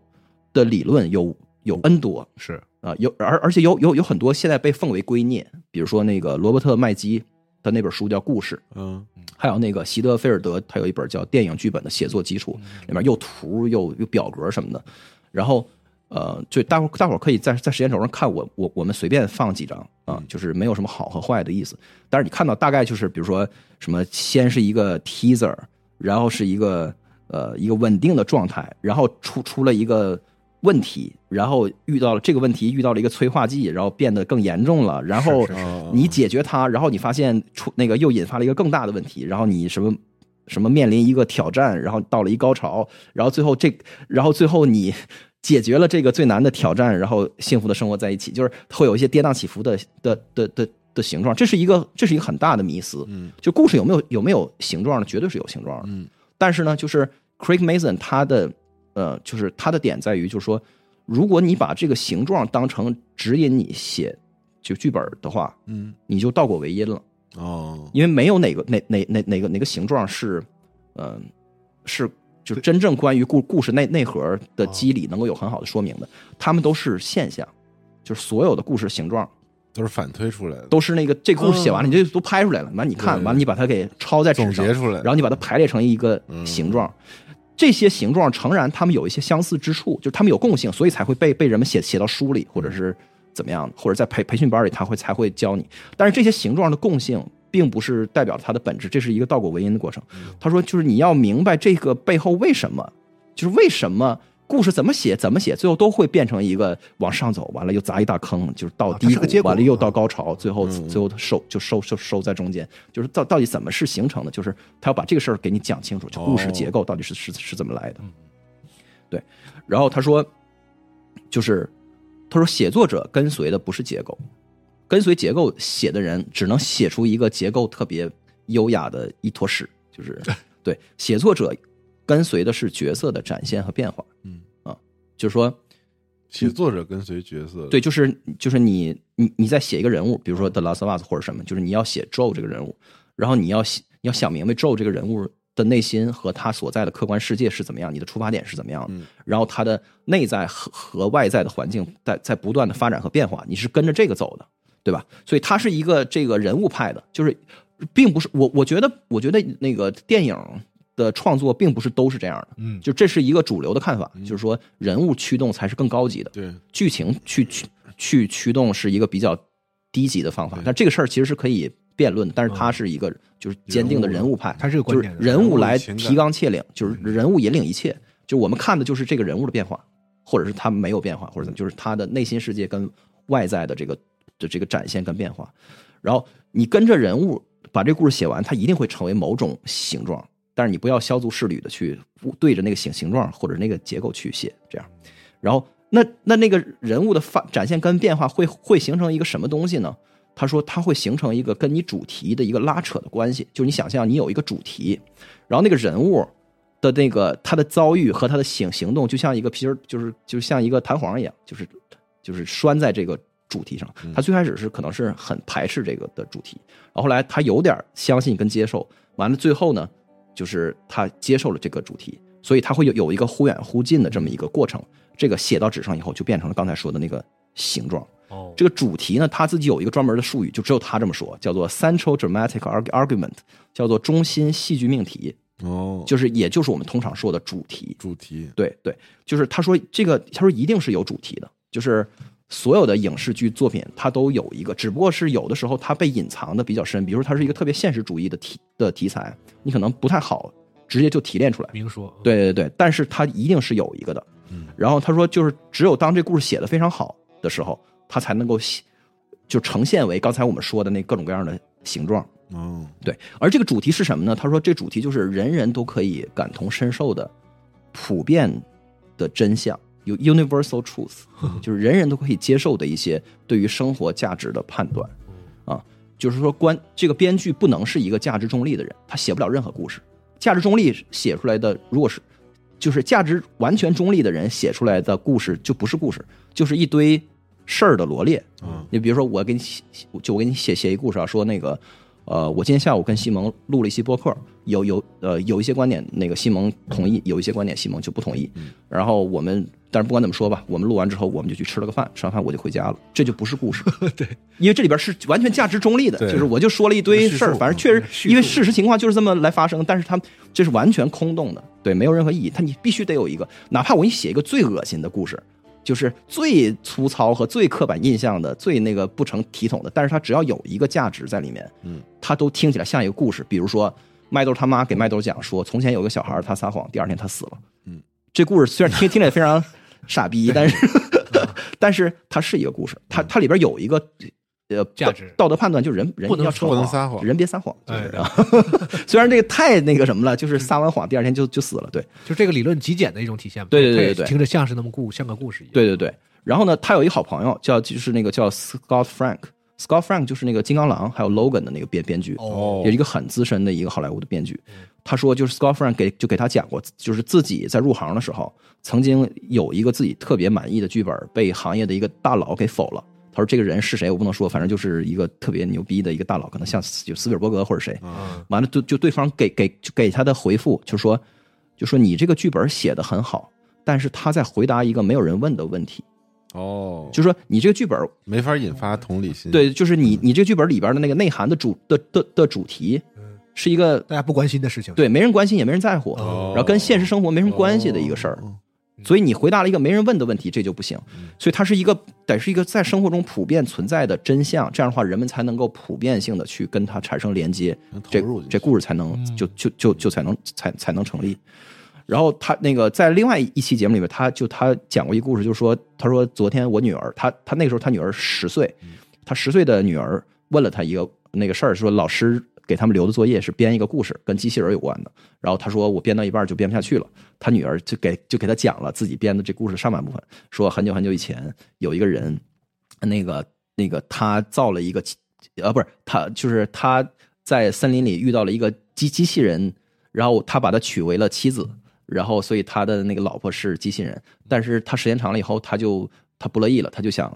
的理论有有 N 多
是
啊，有而而且有有有很多现在被奉为圭臬，比如说那个罗伯特麦基的那本书叫《故事》，
嗯，
还有那个席德菲尔德，他有一本叫《电影剧本的写作基础》，里面又图又又表格什么的。然后呃，就大伙大伙可以在在时间轴上看我我我们随便放几张啊，就是没有什么好和坏的意思。但是你看到大概就是比如说什么，先是一个 teaser，然后是一个呃一个稳定的状态，然后出出了一个。问题，然后遇到了这个问题，遇到了一个催化剂，然后变得更严重了，然后
是是
是
你解决它，然后你发现出那个又引发了一个更大的问题，然后你什么什么面临一个挑战，然后到了一高潮，然后最后这，然后最后你解决了这个最难的挑战，然后幸福的生活在一起，就是会有一些跌宕起伏的的的的的形状，这是一个这是一个很大的迷思。
嗯，
就故事有没有有没有形状呢？绝对是有形状的。
嗯，
但是呢，就是 Craig Mason 他的呃，就是他的点在于，就是说，如果你把这个形状当成指引你写就剧本的话，
嗯，
你就倒果为因了，
哦，
因为没有哪个哪哪哪哪个哪个形状是，嗯、是就真正关于故故事内内核的机理能够有很好的说明的，他们都是现象，就是所有的故事形状
都是反推出来的，
都是那个这故事写完了，你这都拍出来了，完你看
嗯对
完了你把它给抄在纸
总
上，
结出来，
然后你把它排列成一个
嗯
形状。这些形状诚然，它们有一些相似之处，就是它们有共性，所以才会被被人们写写到书里，或者是怎么样，或者在培培训班里，他会才会教你。但是这些形状的共性，并不是代表它的本质，这是一个
嗯
倒果为因的过程。他说，就是你要明白这个背后为什么，就是为什么故事怎么写怎么写，最后都会变成一个往上走，完了又砸一大坑，就是到
啊它
低
是个结
谷，
果
完了又到高潮，最后
嗯
最后收就收收收在中间，就是到到底怎么是形成的，就是他要把这个事儿给你讲清楚，就故事
哦嗯
结构到底是是是怎么来的。对，然后他说，就是他说写作者跟随的不是结构，跟随结构写的人只能写出一个结构特别优雅的一坨屎，就是 对写作者跟随的是角色的展现和变化，
嗯
啊，就是说
写作者跟随角色，
对，，就是就是你你你在写一个人物，比如说 The Last of Us 或者什么，就是你要写 Joe 这个人物，然后你要写你要想明白 Joe 这个人物的内心和他所在的客观世界是怎么样，你的出发点是怎么样的，
嗯
然后他的内在和和外在的环境在在不断的发展和变化，你是跟着这个走的，对吧？所以他是一个这个人物派的，就是并不是我我觉得我觉得那个电影的创作并不是都是这样的，
嗯
就这是一个主流的看法，就是说人物驱动才是更高级的，
对，
剧情去去去驱动是一个比较低级的方法
对，
但这个事儿其实是可以辩论的，但是它是一个就是坚定的嗯人物派，
它是有观
就
点
是
的
人物
人
来
物情感
提纲挈领，就是人物引领一切，就是我们看的就是这个人物的变化，或者是他没有变化，或者怎么，就是他的内心世界跟外在的这个的这个展现跟变化，然后你跟着人物把这故事写完，它一定会成为某种形状，但是你不要消足适履的去对着那个形形状或者那个结构去写这样。然后那那那个人物的发展现跟变化会会形成一个什么东西呢？他说它会形成一个跟你主题的一个拉扯的关系，就是你想象你有一个主题，然后那个人物的那个他的遭遇和他的行行动，就像一个皮筋，就是就像一个弹簧一样，就是就是拴在这个主题上。他最开始是可能是很排斥这个的主题，然后后来他有点相信跟接受，完了最后呢，就是他接受了这个主题，所以他会有有一个忽远忽近的这么一个过程。这个写到纸上以后，就变成了刚才说的那个形状。
哦
这个主题呢，他自己有一个专门的术语，就只有他这么说，叫做 central dramatic arg- argument，叫做中心戏剧命题，
哦，
就是也就是我们通常说的主题。
主题，
对对，就是他说这个，他说一定是有主题的，就是所有的影视剧作品它都有一个，只不过是有的时候它被隐藏的比较深，比如说它是一个特别现实主义的题的题材，你可能不太好直接就提炼出来。
明说，
对对对，但是它一定是有一个的。
嗯
然后他说，就是只有当这故事写的非常好的时候，它才能够写就呈现为刚才我们说的那各种各样的形状。
哦，
对，而这个主题是什么呢？他说，这主题就是人人都可以感同身受的普遍的真相，有 universal truth，就是人人都可以接受的一些对于生活价值的判断啊。就是说关这个编剧不能是一个价值中立的人，他写不了任何故事。价值中立写出来的，如果是就是价值完全中立的人写出来的故事，就不是故事，就是一堆事儿的罗列。
嗯，
你比如说，我给你写，就我给你写写一故事啊，说那个，呃，我今天下午跟西蒙录了一期播客，有有呃有一些观点，那个西蒙同意，有一些观点西蒙就不同意。
嗯
然后我们，但是不管怎么说吧，我们录完之后，我们就去吃了个饭，吃完饭我就回家了，这就不 是故事。对，因为这里边是完全价值中立的，
对
就是我就说了一堆事
叙
儿，
述
反正确
嗯叙
实
述
因为事实情况就是这么来发生，但是它这是完全空洞的，对，没有任何意义。它你必须得有一个，哪怕我给你写一个最恶心的故事，就是最粗糙和最刻板印象的、最那个不成体统的，但是它只要有一个价值在里面，
嗯，
它都听起来像一个故事。比如说，麦兜他妈给麦兜讲说，从前有个小孩儿，他撒谎，第二天他死了。
嗯，
这故事虽然听听起来非常傻逼，但是
嗯
但是它是一个故事，它它里边有一个。呃，
价值
道道德判断就是人人
不能
要
说
诚
不能
实
撒谎
人别撒谎。
哎
就是啊 虽然这个太那个什么了，就是撒完谎第二天就就死了。对，
就这个理论极简的一种体现吧。
对对对
它也
对对
听着像是那么故像个故事一样。
对对对。然后呢，他有一个好朋友叫就是那个叫 Scott Frank。Scott Frank 就是那个《金刚狼》还有 Logan 的那个编编剧，
哦
也是一个很资深的一个好莱坞的编剧。他说，就是 Scott Frank 给就给他讲过，就是自己在入行的时候，曾经有一个自己特别满意的剧本被行业的一个大佬给否了。他说这个人是谁我不能说，反正就是一个特别牛逼的一个大佬，可能像就斯皮尔伯格或者谁。
嗯
完了就就对方给给就给他的回复就说就说你这个剧本写的很好，但是他在回答一个没有人问的问题，
哦，嗯
就是说你这个剧本
没法引发同理心，，
对，就是你你这个剧本里边的那个内涵的主的的的主题是一个
大家不关心的事情。
对没人关心也没人在乎，
嗯哦
然后跟现实生活没什么关系的一个事儿。
哦
所以你回答了一个没人问的问题，这就不行。
嗯
所以它是一个得是一个在生活中普遍存在的真相，这样的话人们才能够普遍性的去跟它产生连接
能，投
这
入进去
这故事才能就就就就才能才才能成立。然后他那个在另外一期节目里面，他就他讲过一故事，就是说，他说昨天我女儿，他他那个时候他女儿十岁，
嗯
他十岁的女儿问了他一个那个事儿，说老师给他们留的作业是编一个故事，跟机器人有关的。然后他说我编到一半就编不下去了，他女儿就给就给他讲了自己编的这故事的上半部分，说很久很久以前有一个人，那个那个他造了一个机，呃，不是他就是他在森林里遇到了一个机机器人，然后他把他娶为了妻子，然后所以他的那个老婆是机器人，但是他时间长了以后，他就他不乐意了，他就想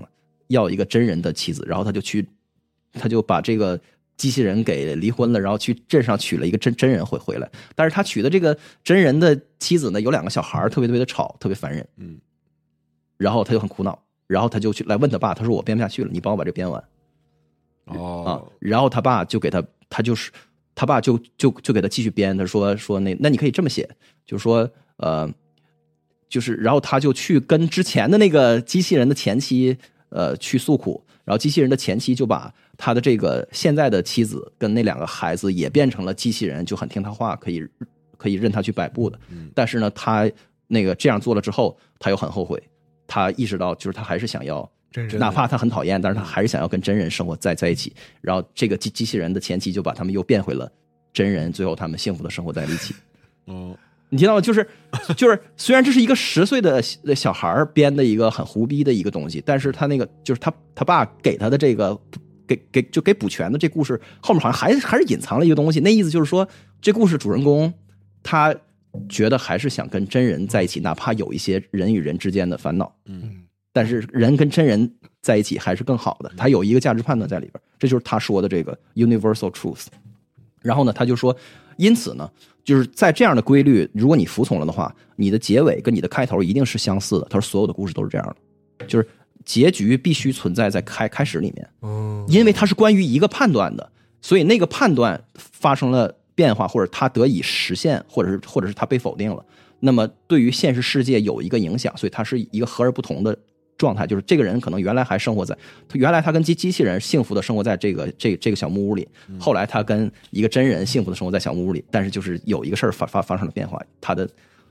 要一个真人的妻子，然后他就去，他就把这个机器人给离婚了，然后去镇上娶了一个真真人回回来，但是他娶的这个真人的妻子呢，有两个小孩儿特别特别的吵，特别烦人，
嗯，
然后他就很苦恼，然后他就去来问他爸，他说我编不下去了，你帮我把这编完。啊
哦，，
然后他爸就给他，他就是他爸就就就给他继续编，他说说那那你可以这么写，就是说呃，就是然后他就去跟之前的那个机器人的前妻呃去诉苦，然后机器人的前妻就把他的这个现在的妻子跟那两个孩子也变成了机器人，就很听他话，可以可以任他去摆布的，但是呢，他那个这样做了之后，他又很后悔，他意识到就是他还是想要。
真人
哪怕他很讨厌，但是他还是想要跟真人生活在在一起。然后这个机机器人的前妻就把他们又变回了真人，最后他们幸福的生活在了一起。
哦，
你听到吗？就是 就是，虽然这是一个十岁的小的小孩儿编的一个很胡逼的一个东西，但是他那个就是他他爸给他的这个给给就给补全的这故事后面好像还还是隐藏了一个东西，那意思就是说，这故事主人公他觉得还是想跟真人在一起，哪怕有一些人与人之间的烦恼，
嗯，
但是人跟真人在一起还是更好的，他有一个价值判断在里边儿，这就是他说的这个 universal truth。然后呢，他就说，因此呢，就是在这样的规律，如果你服从了的话，你的结尾跟你的开头一定是相似的。他说，所有的故事都是这样的，就是结局必须存在在开开始里面，
嗯
因为它是关于一个判断的，所以那个判断发生了变化，或者它得以实现，或者是或者是它被否定了，那么对于现实世界有一个影响，所以它是一个和而不同的状态。就是这个人可能原来还生活在，他原来他跟机机器人幸福的生活在这个这这个小木屋里，后来他跟一个真人幸福的生活在小木屋里，但是就是有一个事儿发发发生了变化，他的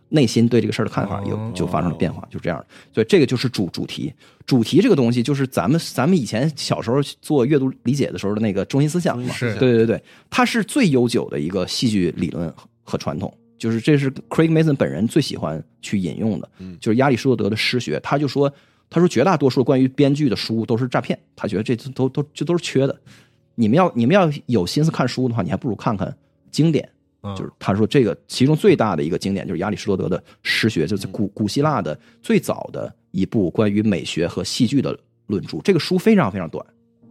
内心对这个事儿的看法有就发生了变化，就这样。所以这个就是主主题，主题这个东西就是咱们咱们以前小时候做阅读理解的时候的那个中心思想嘛，
是
对对对，它是最悠久的一个戏剧理论和传统，就是这是 Craig Mason 本人最喜欢去引用的，就是亚里士多德的诗学，他就说，他说绝大多数关于编剧的书都是诈骗，他觉得这都都都这都是缺的。你们要你们要有心思看书的话，你还不如看看经典，就是他说这个其中最大的一个经典就是亚里士多德的诗学，就是古古希腊的最早的一部关于美学和戏剧的论著。这个书非常非常短，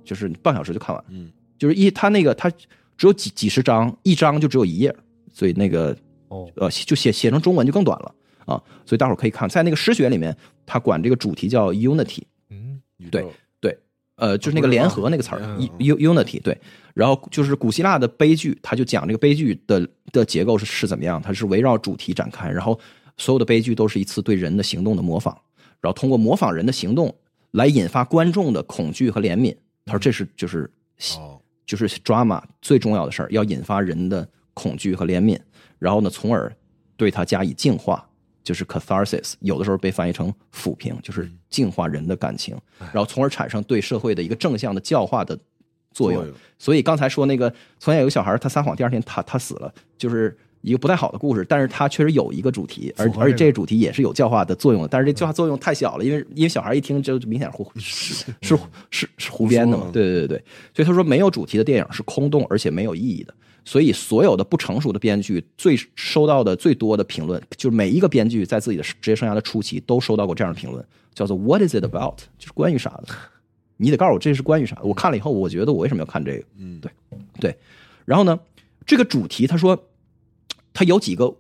就是半小时就看完。
嗯，
就是一他那个他只有几几十章，一章就只有一页，所以那个
哦
呃就写写成中文就更短了啊。所以大伙儿可以看，在那个诗学里面，他管这个主题叫 unity，
嗯
宇
对
宙，
对，呃，就是那个联合那个词儿
嗯
，u u- unity 对。然后就是古希腊的悲剧，他就讲这个悲剧的的结构是是怎么样，它是围绕主题展开，然后所有的悲剧都是一次对人的行动的模仿，然后通过模仿人的行动来引发观众的恐惧和怜悯。他说这是就是
哦，
就是 drama 最重要的事儿，要引发人的恐惧和怜悯，然后呢，从而对它加以净化，就是 catharsis，有的时候被翻译成抚平，就是净化人的感情，然后从而产生对社会的一个正向的教化的作用
作用。
所以刚才说那个从前有个小孩儿他撒谎，第二天他他死了，就是一个不太好的故事，但是他确实有一个主题，而
符合
而且
这
这
个
个主题也是有教化的作用的，但是这教化作用太小了，因为因为小孩一听就明显胡是是是是胡编的嘛
啊
胡说，
对对对对，所以他说没有主题的电影是空洞而且没有意义的。所以，所有的不成熟的编剧最收到的最多的评论，就是每一个编剧在自己的职业生涯的初期都收到过这样的评论，叫做 “What is it about？” 就是关于啥的。你得告诉我这是关于啥的。我看了以后，我觉得我为什么要看这个？
嗯，
对对，然后呢，这个主题他说他有几个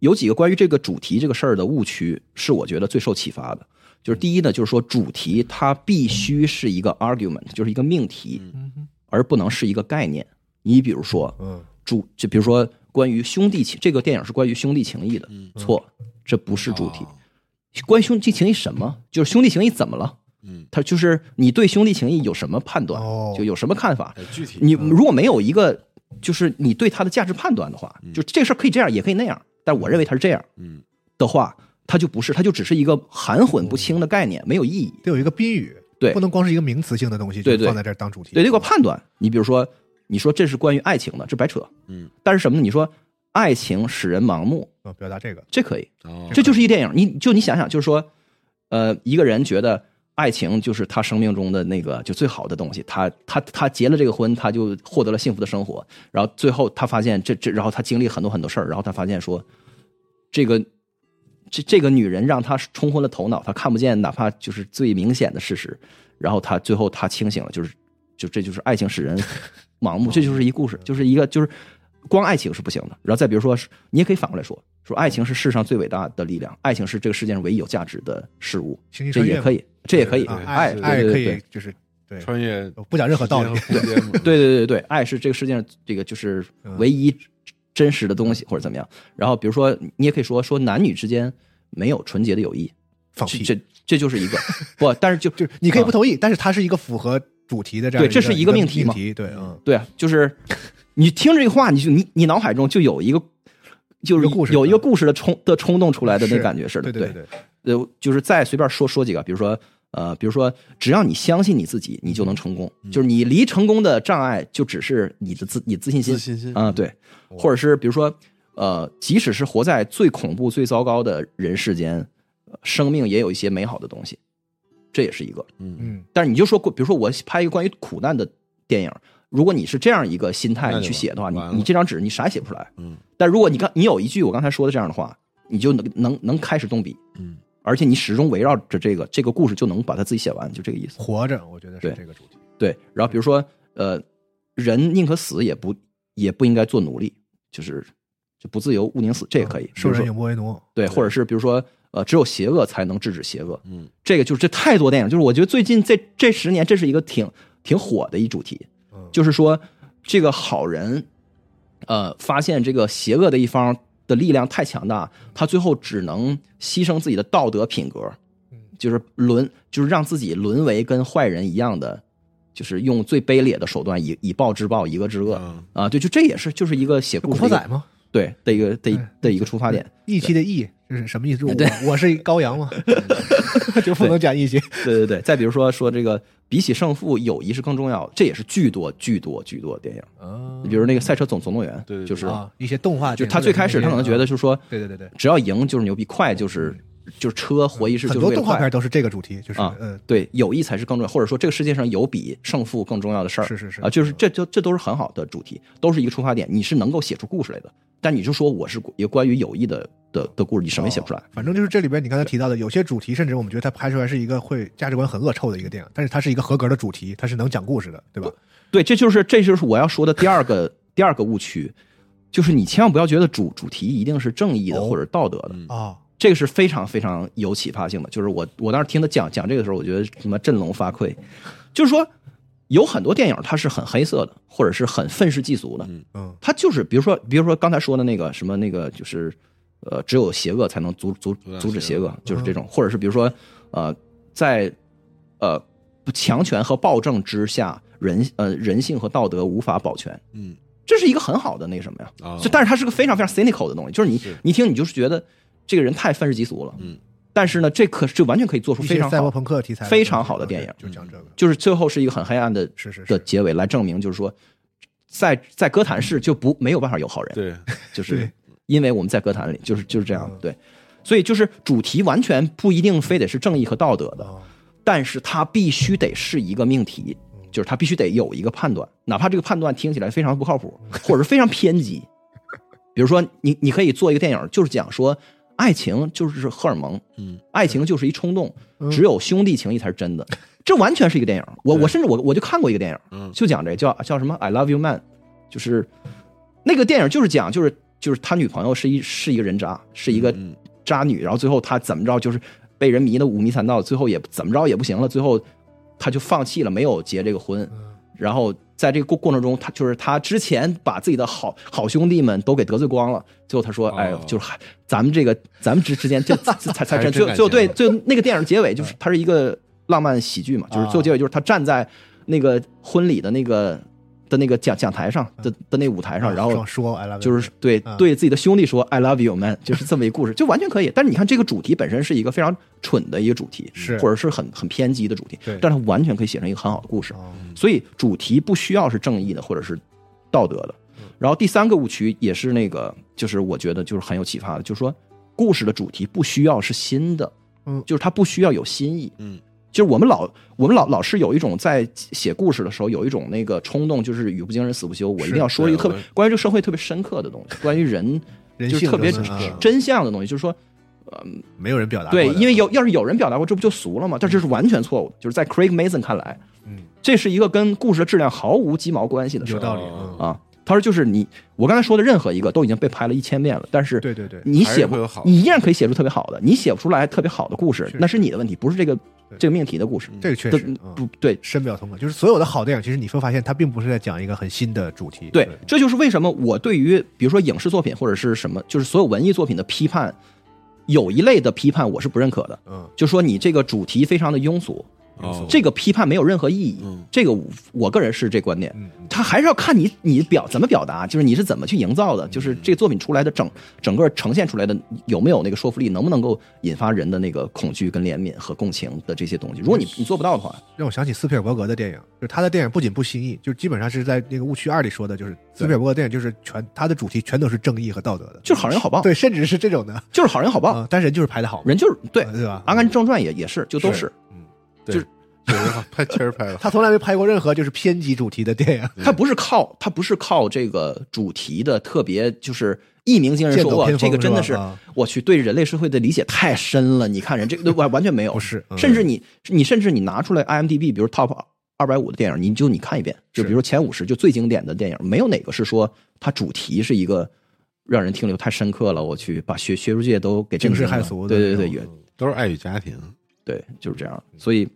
有几个关于这个主题这个事儿的误区，是我觉得最受启发的。就是第一呢，就是说主题它必须是一个 argument，就是一个命题，而不能是一个概念。你比如说，
嗯，
主就比如说关于兄弟情，这个电影是关于兄弟情谊的，
嗯
错，这不是主题。
哦
关于兄弟情谊什么？就是兄弟情谊怎么了？
嗯，
他就是你对兄弟情谊有什么判断，
哦
就有什么看法？
哎具体
嗯嗯你如果没有一个就是你对他的价值判断的话，就这个事儿可以这样，也可以那样，但我认为它是这样
嗯
的话，它就不是，它就只是一个含混不清的概念，没有意义。
得有一个宾语，
对
不能光是一个名词性的东西，
对
就
对
放在这儿当主题，啊
对，得有个判断。你比如说，你说这是关于爱情的，这白扯。
嗯，
但是什么呢？你说爱情使人盲目，
嗯表达这个，
这可以，
哦，
这就是一电影。你就你想想，就是说，呃，一个人觉得爱情就是他生命中的那个就最好的东西，他他他结了这个婚，他就获得了幸福的生活，然后最后他发现这这，然后他经历很多很多事儿，然后他发现说，这个这这个女人让他冲昏了头脑，他看不见哪怕就是最明显的事实，然后他最后他清醒了，就是就这就是爱情使人盲目，这就是一故事，就是一个就是光爱情是不行的。然后再比如说，你也可以反过来说，说爱情是世上最伟大的力量，爱情是这个世界上唯一有价值的事物，
星际
这
穿越
也可以，这也可以，哎
啊
对
爱
是
爱
对对
可
对
以就是对，
穿越
我不讲任何道理，
啊
时间和空间嘛，
对对对对，爱是这个世界上这个就是
嗯
唯一真实的东西，或者怎么样。然后比如说，你也可以说说男女之间没有纯洁的友谊，
放
这
屁，
这这就是一个不，但是就
就是你可以
啊
不同意，但是它是一个符合主题的这样，
对这是
一
一个
命
命题嘛
对，嗯，
对啊，就是你听这个话，你就你你脑海中就有一个。就是
一个故事
有一个故事的冲的冲动出来的那感觉似的，
对对对，
呃，就是再随便说说几个，比如说，呃，比如说，只要你相信你自己，你就能成功。
嗯
就是你离成功的障碍，就只是你的自你自信心。
自信心
啊、对，或者是比如说，呃，即使是活在最恐怖、最糟糕的人世间，呃生命也有一些美好的东西，这也是一个。
嗯，
嗯，
但是你就说过，比如说我拍一个关于苦难的电影，如果你是这样一个心态
那就
你去写的话，你
完了
你这张纸你啥也写不出来。
嗯
但如果你刚你有一句我刚才说的这样的话，你就能能能开始动笔，
嗯，
而且你始终围绕着这个这个故事就能把它自己写完，就这个意思。
活着，我觉得是
对
这个主题，
对，然后比如说呃，人宁可死也不也不应该做奴隶，就是就不自由毋宁死，这也可以。比
嗯受
如
人
说
永不为奴，
对，或者是比如说呃，只有邪恶才能制止邪恶，
嗯，
这个就是这太多电影，就是我觉得最近这这十年这是一个挺挺火的一主题，
嗯
就是说这个好人，呃，发现这个邪恶的一方的力量太强大，他最后只能牺牲自己的道德品格，
嗯
就是沦，就是让自己沦为跟坏人一样的，就是用最卑劣的手段以以暴制暴，以恶制恶
嗯
啊，对，就这也是就是一个写
古
故事
惑
的一个
仔嘛，
对的一个的一
嗯
哎
的一个出 发点，
义气的义就是什么意思？我我是一羔羊 嘛， 就不能讲义气，
对对对，再比如说说这个，比起胜负，友谊是更重要的，这也是巨多巨多巨多的电影。
嗯
你比如那个《赛车总总动员》，
对对对
就是、
啊，一些动画
就
电影，
他最开始他可能觉得
啊
就是说，
对对对对，
只要赢就是牛逼，快就是就是车活一世就
很
是
多
为了
动画
快
片都是这个主题，就是
啊
嗯，
对，友谊才是更重要，或者说这个世界上有比胜负更重要的事儿，
是是是
啊，就是这就这都是很好的主题，都是一个出发点，你是能够写出故事来的，但你就说我是一个关于友谊的的的故事，你什么也写不出来，
反正就是这里边你刚才提到的，有些主题甚至我们觉得它拍出来是一个会价值观很恶臭的一个电影，但是它是一个合格的主题，它是能讲故事的，对吧？
对，这就是这就是我要说的第二个第二个误区，就是你千万不要觉得主主题一定是正义的
哦
或者道德的，
嗯
啊，
这个是非常非常有启发性的。就是我我当时听他讲讲这个的时候，我觉得什么振聋发聩，就是说有很多电影它是很黑色的，或者是很愤世嫉俗的，
嗯
它就是比如说比如说刚才说的那个什么那个就是呃，只有邪恶才能阻阻阻止邪恶，嗯就是这种，或者是比如说呃，在呃强权和暴政之下，人呃人性和道德无法保全，
嗯
这是一个很好的那什么呀？
啊，
就但是它是个非常非常 cynical 的东西，就是你
是
你听你就是觉得这个人太愤世嫉俗了，
嗯，
但是呢，这可就完全可以做出
一
非
些
常
赛博
好，
朋克题材
非常好的电影嗯
就讲这个，
就是最后是一个很黑暗的
是是是
的结尾来证明，就是说在在哥谭市就不没有办法有好人，
对，嗯
就是
对
因为我们在歌坛里，就是就是这样，对。所以就是主题完全不一定非得是正义和道德的，
嗯
哦
但是它必须得是一个命题，
嗯
就是它必须得有一个判断，哪怕这个判断听起来非常不靠谱，
嗯
或者是非常偏激。比如说，你你可以做一个电影，就是讲说爱情就是荷尔蒙，
嗯，
爱情就是一冲动，只有兄弟情谊才是真的。这完全是一个电影。我我甚至我我就看过一个电影，
嗯
就讲这个叫叫什么《I Love You Man》，就是那个电影就是讲就是就是他女朋友是一是一个人渣，是一个
嗯
渣女，然后最后他怎么着就是被人迷得五迷三道，最后也怎么着也不行了，最后他就放弃了，没有结这个婚。然后在这个过过程中，他就是他之前把自己的好好兄弟们都给得罪光了。最后他说：“
哦
哎，就是还咱们这个咱们之之间就才才才
还是真
真最
感
最后
情
对最后那个电影结尾就是它是一个浪漫喜剧嘛，就是最后结尾就是他站在那个婚礼的那个的那个讲讲台上的的那舞台
啊
上，然后
说 I love you
就是对
嗯
对自己的兄弟说 “I love you man”，就是这么一个故事，就完全可以。但是你看，这个主题本身是一个非常蠢的一个主题，
是
或者是很很偏激的主题
对，
但它完全可以写成一个很好的故事。
哦
所以主题不需要是正义的或者是道德的。然后第三个误区也是那个，就是我觉得就是很有启发的，就是说故事的主题不需要是新的，
嗯
就是它不需要有新意，
嗯，
就是我们老我们老老是有一种在写故事的时候有一种那个冲动，就是语不惊人死不休，我一定要说一个
对
特别
我
关于这个社会特别深刻的东西，关于人
人
就是
性
特别
中的啊
真相的东西，就是说
没有人表达
对，
过的
因为有要是有人表达过，这不就俗了吗？但这是完全错误的，就是在 Craig Mason 看来，
嗯，
这是一个跟故事的质量毫无鸡毛关系的事
有
儿
道理，
哦
嗯
啊。他说就是你我刚才说的任何一个都已经被拍了一千遍了，但是
对对对
你
还是
写不
会有好的
你依然可以写出特别好的，你写不出来特别好的故事，那是你的问题，不是这个这个命题的故事。
这个确
对
实嗯
不对，
深表同感。就是所有的好电影，其实你会发现它并不是在讲一个很新的主题，
对，这就是为什么我对于比如说影视作品或者是什么，就是所有文艺作品的批判，有一类的批判我是不认可的，
嗯，
就说你这个主题非常的庸俗，
哦
这个批判没有任何意义。
嗯
这个我我个人是这观点
嗯，
他还是要看你你表怎么表达，就是你是怎么去营造的，
嗯
就是这个作品出来的整整个呈现出来的有没有那个说服力，能不能够引发人的那个恐惧、跟怜悯和共情的这些东西。如果你你做不到的话，
让我想起斯皮尔伯格的电影，就是他的电影不仅不新意，就基本上是在那个误区二里说的，就是斯皮尔伯格电影就是全他的主题全都是正义和道德的，
就是好人好报，
对，甚至是这种的
就是好人好报，
啊，但人就是拍的好嘛，
人就是对，
啊对吧？
阿甘正传》也也是，就都
是
是。
确实好拍，确实拍的好。
他从来没拍过任何就是偏激主题的电影，
它不是靠它不是靠这个主题的特别就是一鸣惊人
剑
说
走
哇
偏锋
这个真的是
是吧啊
我去对人类社会的理解太深了，你看人这个完完全没有，
不是嗯
甚至你你甚至你拿出来 IMDB 比如 Top 二百五的电影，你就你看一遍，就比如说前五十就最经典的电影，没有哪个是说它主题是一个。让人听留太深刻了，我去把学学术界都给
惊
震
世
惊了
骇俗的
对
那
对
种，
对，也
都是爱与家庭，
对，就是这样。所以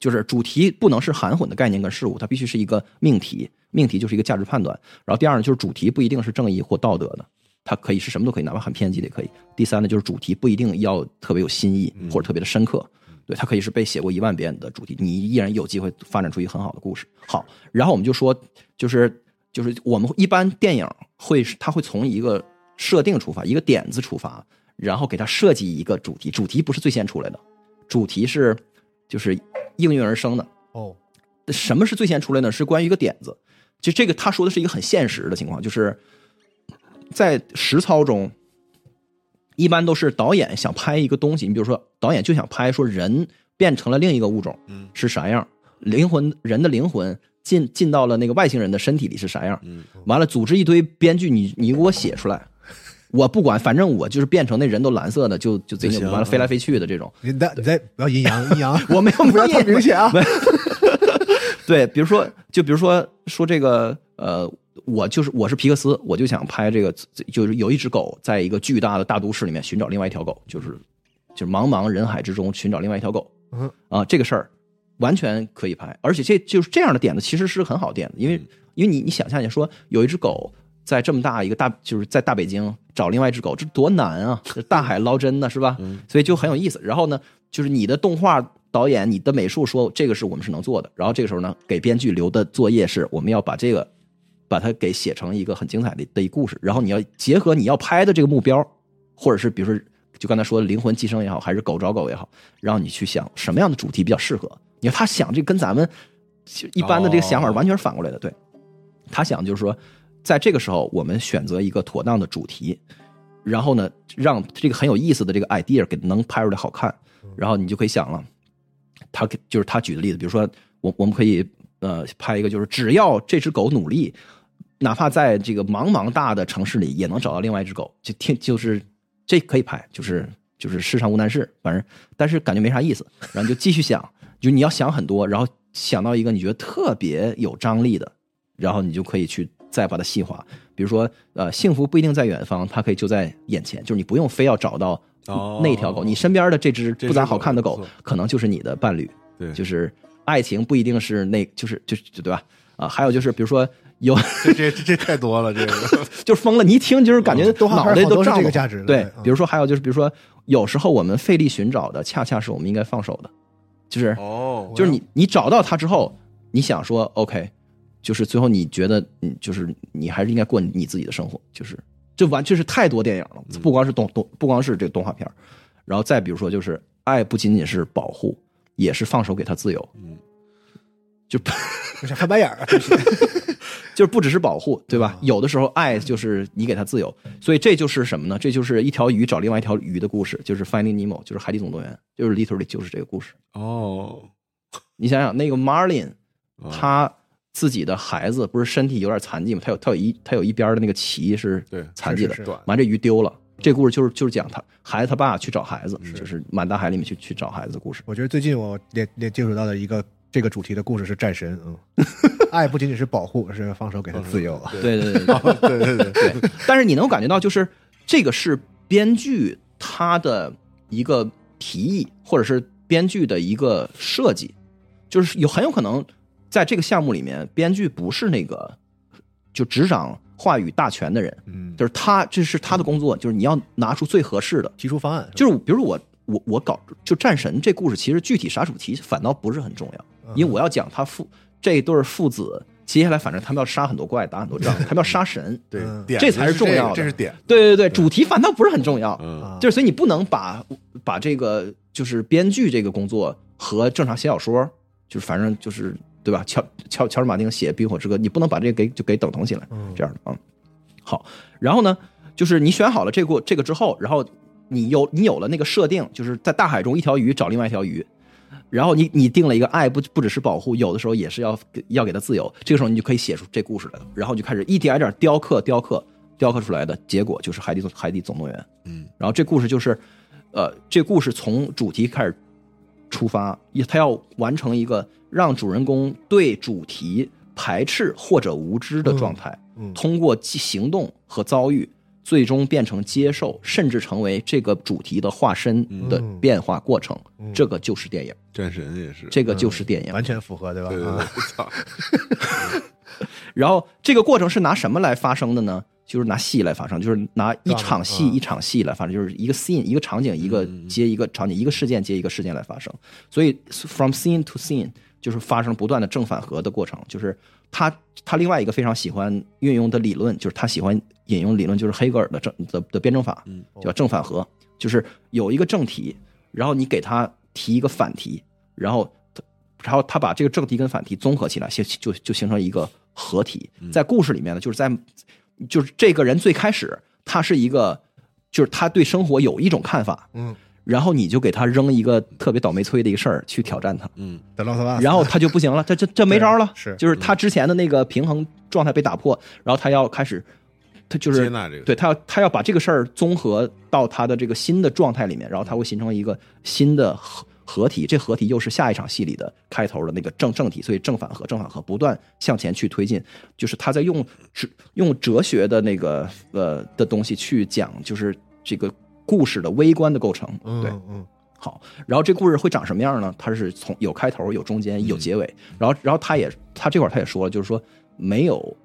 就是主题不能是含混的概念跟事物，它必须是一个命题，命题就是一个价值判断。然后第二呢，就是主题不一定是正义或道德的，它可以是什么都可以，哪怕很偏激的也可以。第三呢，就是主题不一定要特别有新意或者特别的深刻。对，它可以是被写过一万遍的主题，你依然有机会发展出一个很好的故事。好，然后我们就说，就是就是我们一般电影会是它会从一个设定出发，一个点子出发，然后给它设计一个主题，主题不是最先出来的，主题是就是应运而生的。
哦，
什么是最先出来呢？是关于一个点子。就这个他说的是一个很现实的情况，就是在实操中，一般都是导演想拍一个东西。你比如说，导演就想拍说人变成了另一个物种，
嗯
是啥样？灵魂人的灵魂进进到了那个外星人的身体里是啥样？
嗯，
完了，组织一堆编剧，你你给我写出来。我不管，反正我就是变成那人都蓝色的，就就贼牛，
就行
完了飞来飞去的这种。
你在你在不要阴阳阴阳，
我没有，
不要太明显啊，
对，比如说，就比如说说这个，呃，我就是我是皮克斯，我就想拍这个，就是有一只狗在一个巨大的大都市里面寻找另外一条狗，就是就是茫茫人海之中寻找另外一条狗
嗯，
啊，这个事儿完全可以拍，而且这就是这样的点子其实是很好的点子，因为因为你你想象一下，说有一只狗。在这么大一个大，就是在大北京找另外一只狗，这多难啊！这大海捞针呢、是吧？所以就很有意思。然后呢，就是你的动画导演、你的美术说这个是我们是能做的，然后这个时候呢，给编剧留的作业是我们要把这个把它给写成一个很精彩的的一故事，然后你要结合你要拍的这个目标，或者是比如说就刚才说的灵魂寄生也好，还是狗找狗也好，然后你去想什么样的主题比较适合。你看他想这跟咱们就一般的这个想法
哦
完全是反过来的，对。他想就是说，在这个时候我们选择一个妥当的主题，然后呢，让这个很有意思的这个 idea 给能拍出来好看，然后你就可以想了。他给就是他举的例子，比如说我我们可以呃拍一个，就是只要这只狗努力，哪怕在这个茫茫大的城市里，也能找到另外一只狗。就听就是这可以拍，就是就是世上无难事，反正但是感觉没啥意思，然后你就继续想，就你要想很多，然后想到一个你觉得特别有张力的，然后你就可以去再把它细化。比如说，呃，幸福不一定在远方，它可以就在眼前，就是你不用非要找到
哦
那条狗，你身边的这只
这只
不咋好看的
狗
狗，可能就是你的伴侣。
对，
就是爱情不一定是那，就是就是就对吧？啊，还有就是比如说有，
这这这这太多了，这个
就是疯了，你一听就是感觉
动画片
脑袋
哦好多
都
是
胀
这个
了。
价值的
对
对，嗯
比如说还有就是比如说，有时候我们费力寻找的，恰恰是我们应该放手的，就是
哦
就是你你找到它之后，你想说 OK，就是最后你觉得，嗯，就是你还是应该过你自己的生活，就是这完这是太多电影了，不光是动动，不光是这个动画片儿然后再比如说就是爱不仅仅是保护，也是放手给他自由，
嗯，
就
我想翻白眼儿啊，真是
就是不只是保护，对吧？有的时候爱就是你给他自由，所以这就是什么呢？这就是一条鱼找另外一条鱼的故事，就是《Finding Nemo》，就是《海底总动员》，就是 literally 就是这个故事。
哦，
你想想那个 Marlin，
啊
他自己的孩子不是身体有点残疾嘛？他有他有一他有一边的那个鳍是
对
残疾的
是是，是
短
完这鱼丢了。这故事就是就是讲他孩子他爸去找孩子，就是满大海里面去去找孩子的故事。
我觉得最近我也也接触到的一个这个主题的故事是战神， 嗯，爱不仅仅是保护，是放手给他自由啊。
对对对对，
哦对对对对，
对，但是你能感觉到，就是这个是编剧他的一个提议，或者是编剧的一个设计，就是有很有可能在这个项目里面，编剧不是那个就执掌话语大权的人，
嗯，
就是他这是他的工作，就是你要拿出最合适的，
提出方案，
就是比如我我我搞就战神这故事，其实具体啥主题反倒不是很重要，因为我要讲他父这一对父子。接下来，反正他们要杀很多怪，打很多仗，他们要杀神，
对
嗯
点
这才是重
个
要的
这是点，
对对对，主题反倒不是很重要，
啊
嗯，
就是所以你不能把把这个就是编剧这个工作和正常写小说，就是反正就是对吧？乔乔乔治马丁写《冰火之歌》，你不能把这个给就给等同起来，
嗯
这样的啊、嗯。好，然后呢，就是你选好了这个这个之后，然后你有你有了那个设定，就是在大海中一条鱼找另外一条鱼。然后你你定了一个爱不不只是保护，有的时候也是要给要给它自由。这个时候你就可以写出这故事来了，然后就开始一点一点雕刻雕刻雕刻出来的结果就是《海底总海底总动员》。
嗯
然后这故事就是，呃，这故事从主题开始出发，也他要完成一个让主人公对主题排斥或者无知的状态，
嗯嗯
通过其行动和遭遇，最终变成接受，甚至成为这个主题的化身的
嗯
变化过程。
嗯
这个就是电影，
战神也是，
这个就是电影。
完全符合，对吧？
对对
啊
对，操，
然后这个过程是拿什么来发生的呢？就是拿戏来发生，就是拿一场戏
嗯
一场戏来发生，就是一个 scene 一个场景一个
啊嗯嗯
接一个场景，一个事件接一个事件来发生。所以 from scene to scene 就是发生不断的正反合的过程。就是他他另外一个非常喜欢运用的理论，就是他喜欢引用理论，就是黑格尔的正的的辩证法
嗯，
叫正反合，就是有一个正题，然后你给他提一个反题，然后他然后他把这个正题跟反题综合起来，形就就形成一个合体。
嗯
在故事里面呢，就是在就是这个人最开始他是一个，就是他对生活有一种看法，
嗯，
然后你就给他扔一个特别倒霉催的一个事儿去挑战他，
嗯，
The Last of Us，
然后他就不行了，这这这没招了，
啊对是嗯
就是他之前的那个平衡状态被打破，然后他要开始，他就是
接纳这个
对他要他要把这个事儿综合到他的这个新的状态里面，然后他会形成一个新的合合体，这合体又是下一场戏里的开头的那个正正体，所以正反合正反合不断向前去推进，就是他在用哲用哲学的那个呃的东西去讲，就是这个故事的微观的构成，
嗯
对。
嗯
好，然后这故事会长什么样呢？它是从有开头、有中间、
嗯
有结尾，然后然后他也他这块儿他也说了，就是说没有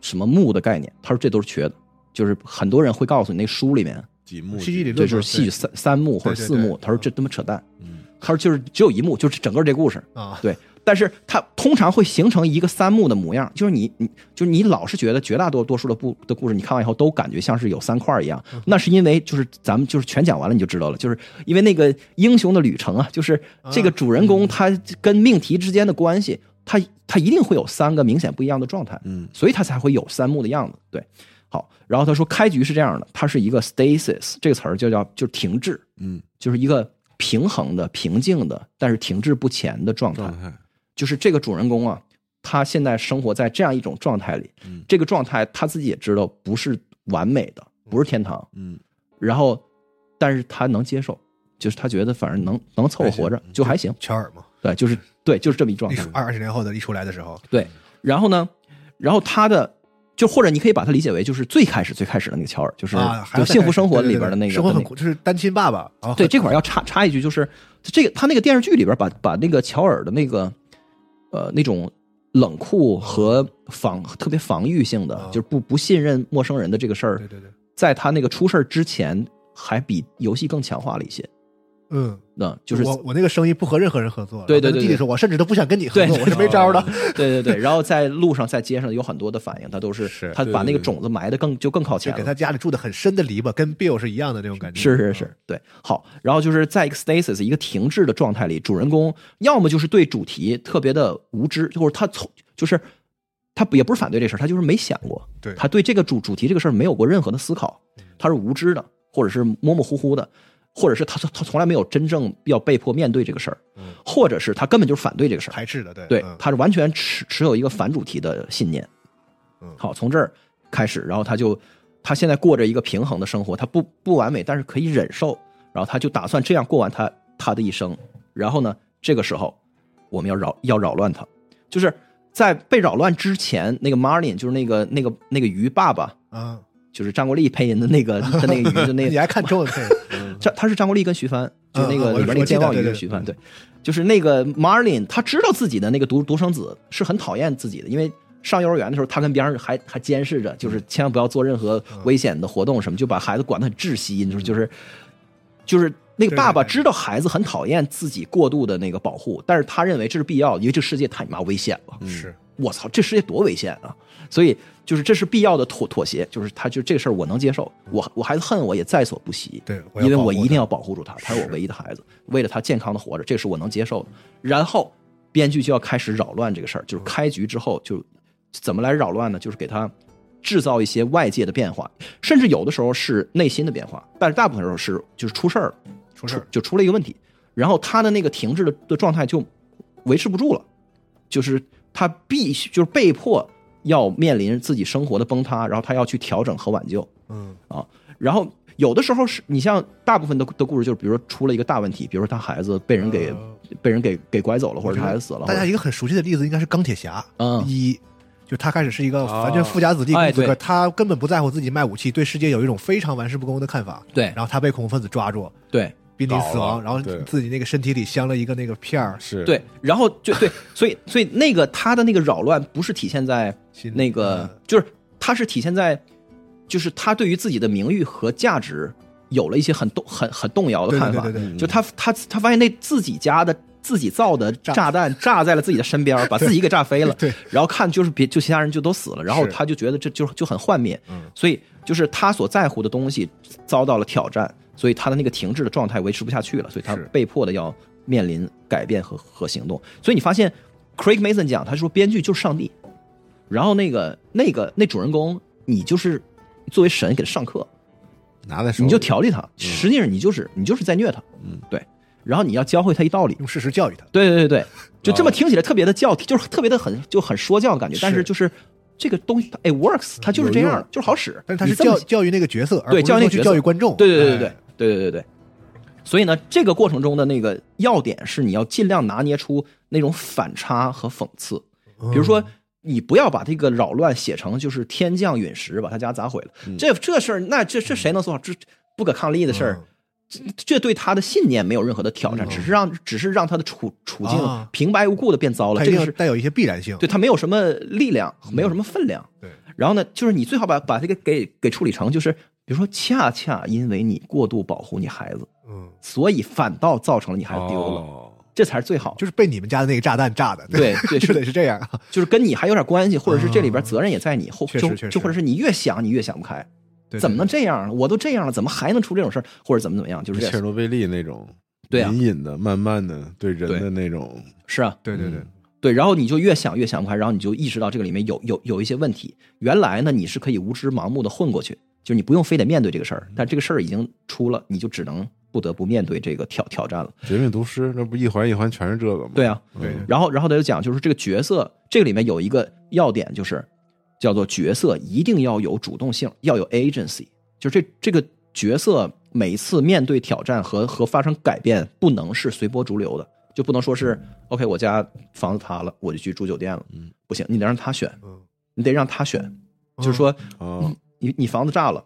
什么幕的概念，他说这都是缺的，就是很多人会告诉你那书里面
几幕
嗯，戏剧理
对
论
就是戏剧
嘛
三三幕或者
对对
四幕
对，
他说这他妈扯淡，
嗯
他说就是只有一幕，就是整个这故事，
对啊，
对，但是它通常会形成一个三幕的模样，就是你你就是你老是觉得绝大多多数的部的故事，你看完以后都感觉像是有三块儿一样，那是因为就是咱们就是全讲完了你就知道了，就是因为那个英雄的旅程啊，就是这个主人公他跟命题之间的关系，他他一定会有三个明显不一样的状态，
嗯
所以他才会有三幕的样子，对。好，然后他说开局是这样的，它是一个 stasis 这个词儿就叫就是停滞，
嗯
就是一个平衡的、平静的，但是停滞不前的状态。
状态，
就是这个主人公啊，他现在生活在这样一种状态里，
嗯
这个状态他自己也知道不是完美的，不是天堂，
嗯
然后，但是他能接受，就是他觉得反正能能凑合活着就还行，
乔尔嘛，
对，就是对，就是这么一状
历
态
史，二二十年后的一出来的时候，
对。然后呢，然后他的。就或者你可以把它理解为，就是最开始最开始的那个乔尔，就是
啊，还
就
要
幸福生
对
活
对
里
对
边的那个
生活
跟那
很
个
苦，就是单亲爸爸，然后
对，这块儿要插插一句，就是这个他那个电视剧里边把把那个乔尔的那个呃那种冷酷和防特别防御性
啊
的，就是不不信任陌生人的这个事儿
对，对对，
在他那个出事儿之前还比游戏更强化了一些。
嗯，
那就是
我我那个生意不和任何人合作。然后
对对
跟
对
弟弟
对
说，我甚至都不想跟你合
对
作，
对
我是没招 的。
对对对，然后在路上、在街上有很多的反应，他都是
是
他
对
把那
对
个
对
种子埋的更就更靠
就
前
给
了。
他家里住的很深的篱笆，跟 Bill 是一样的那种感觉。嗯
是是是，对，好，然后就是在一个 stasis 一个停滞的状态里，主人公要么就是对主题特别的无知，或者他从就是他也不是反对这事儿，他就是没想过，
对
他对这个主主题这个事儿没有过任何的思考，他是无知的，或者是模模糊糊的，或者是他他他从来没有真正要被迫面对这个事儿，或者是他根本就是反对这个事儿，
排斥的，对
对，
嗯
他是完全持持有一个反主题的信念
嗯。
好，从这儿开始，然后他就他现在过着一个平衡的生活，他不不完美，但是可以忍受。然后他就打算这样过完他他的一生。然后呢，这个时候我们要扰要扰乱他，就是在被扰乱之前，那个 Marlin 就是那个那个那个鱼爸爸，
嗯，
就是张国立配音的那个他那个鱼的 那个嗯
你还看中文 配？
张他是张国立跟徐帆，就是那
嗯嗯嗯
个
我
里边那个
我记
健
得
忘鱼
对嗯
跟
对
徐帆，对，就是那个 Marlin，他知道自己的那个独独生子是很讨厌自己的，因为上幼儿园的时候，他跟别人还还监视着，就是千万不要做任何
嗯
危险的活动什么，就把孩子管得很窒息，就是就是就是那个爸爸
对对对
知道孩子很讨厌自己过度的那个保护，但是他认为这是必要的，因为这世界太你妈危险了。
是，
我操，这世界多危险啊！所以就是这是必要的妥妥协，就是他就这事儿我能接受，我我孩子恨我也在所不惜，
对我要
因为
保护
我一
他
定要保护住他，他是我唯一的孩子，为了他健康的活着，这是我能接受的。然后编剧就要开始扰乱这个事儿，就是开局之后就怎么来扰乱呢？就是给他制造一些外界的变化，甚至有的时候是内心的变化，但是大部分时候是就是出事儿了，
出事儿了
就出了一个问题，然后他的那个停滞的的状态就维持不住了。就是他必须就是被迫要面临自己生活的崩塌，然后他要去调整和挽救。
嗯
啊，然后有的时候是你像大部分的的故事，就是比如说出了一个大问题，比如说他孩子被人给、
呃
被人给给拐走了，或者他孩子死了，
大家
或者
一个很熟悉的例子应该是钢铁侠，
嗯
一就他开始是一个完全富家子弟
哦哎
公子哥，
对
他根本不在乎自己卖武器，对世界有一种非常玩世不恭的看法。
对
然后他被恐怖分子抓住，
对
濒临死
搞
亡，
了
然后
对
自己那个身体里镶了一个那个片儿，
是，
对，然后就对，所以所以那个他的那个扰乱不是体现在
心里
那个
嗯，
就是他是体现在，就是他对于自己的名誉和价值有了一些很动很很动摇的看法，
对对对对
就他他他发现那自己家的。自己造的
炸
炸弹炸在了自己的身边，把自己给炸飞了。
对
然后看就是别就其他人就都死了，然后
是嗯
他就觉得这就就很幻灭。所以就是他所在乎的东西遭到了挑战，所以他的那个停滞的状态维持不下去了，所以他
是
被迫的要面临改变和和行动。所以你发现 Craig Mason 讲，他说编剧就是上帝，然后那个那个那主人公，你就是作为神给他上课，
拿在手里，
你就调
嗯
理他，实际上你就是你就是在虐他，嗯，对，然后你要教会他一道理，
用事实教育他。
对对对对，就
啊
这么听起来特别的教，就是特别的很就很说教的感觉，但是就是这个东西它 it works，它就是这
有
样
用，
就是好使。
但是他是
你这么
教教育那个角色，而
对
不是
教育
说
那个
去
角
教
色
育观众。
对对对对
哎
对对对对对。所以呢，这个过程中的那个要点是你要尽量拿捏出那种反差和讽刺，比如
嗯
说。你不要把这个扰乱写成就是天降陨石把他家砸毁了，这这事儿那这这谁能做好？这不可抗力的事儿
嗯，
这这对他的信念没有任何的挑战，只是让只是让他的处处境
啊
平白无故的变糟了。
他一
这
定
个
要
是
带有一些必然性。嗯
对他没有什么力量，没有什么分量。
对
然后呢，就是你最好把把这个给给处理成，就是比如说，恰恰因为你过度保护你孩子，
嗯，
所以反倒造成了你孩子丢了，
哦，
这才是最好的。
就是被你们家的那个炸弹炸的。
对对
就是得是这样。啊
就是跟你还有点关系，或者是这里边责任也在你，
嗯
或
确
就
实确实
就或者是你越想你越想不开，
对
怎么能？这样呢？我都这样了，怎么还能出这种事儿？或者怎么怎么样？就是这
切尔
样。
诺贝利那种，
啊对啊
隐隐的、慢慢的对人的
对
那种，
是啊，
对对对对，
对，然后你就越想越想不开，然后你就意识到这个里面有有有一些问题。原来呢，你是可以无知盲目的混过去，就是你不用非得面对这个事
嗯
儿，但这个事儿已经出了，你就只能不得不面对这个挑挑战了。
绝命毒师，那不一环一环全是这个吗？
对啊，
嗯，
对
然后然后他就讲，就是这个角色，这个里面有一个要点，就是叫做角色一定要有主动性，要有 agency，就是这这个角色每一次面对挑战和和发生改变，不能是随波逐流的，就不能说
嗯
是 OK，我家房子塌了，我就去住酒店了，
嗯，
不行，你得让他选，
嗯，
你得让他选，就是说
哦，
你你房子炸了，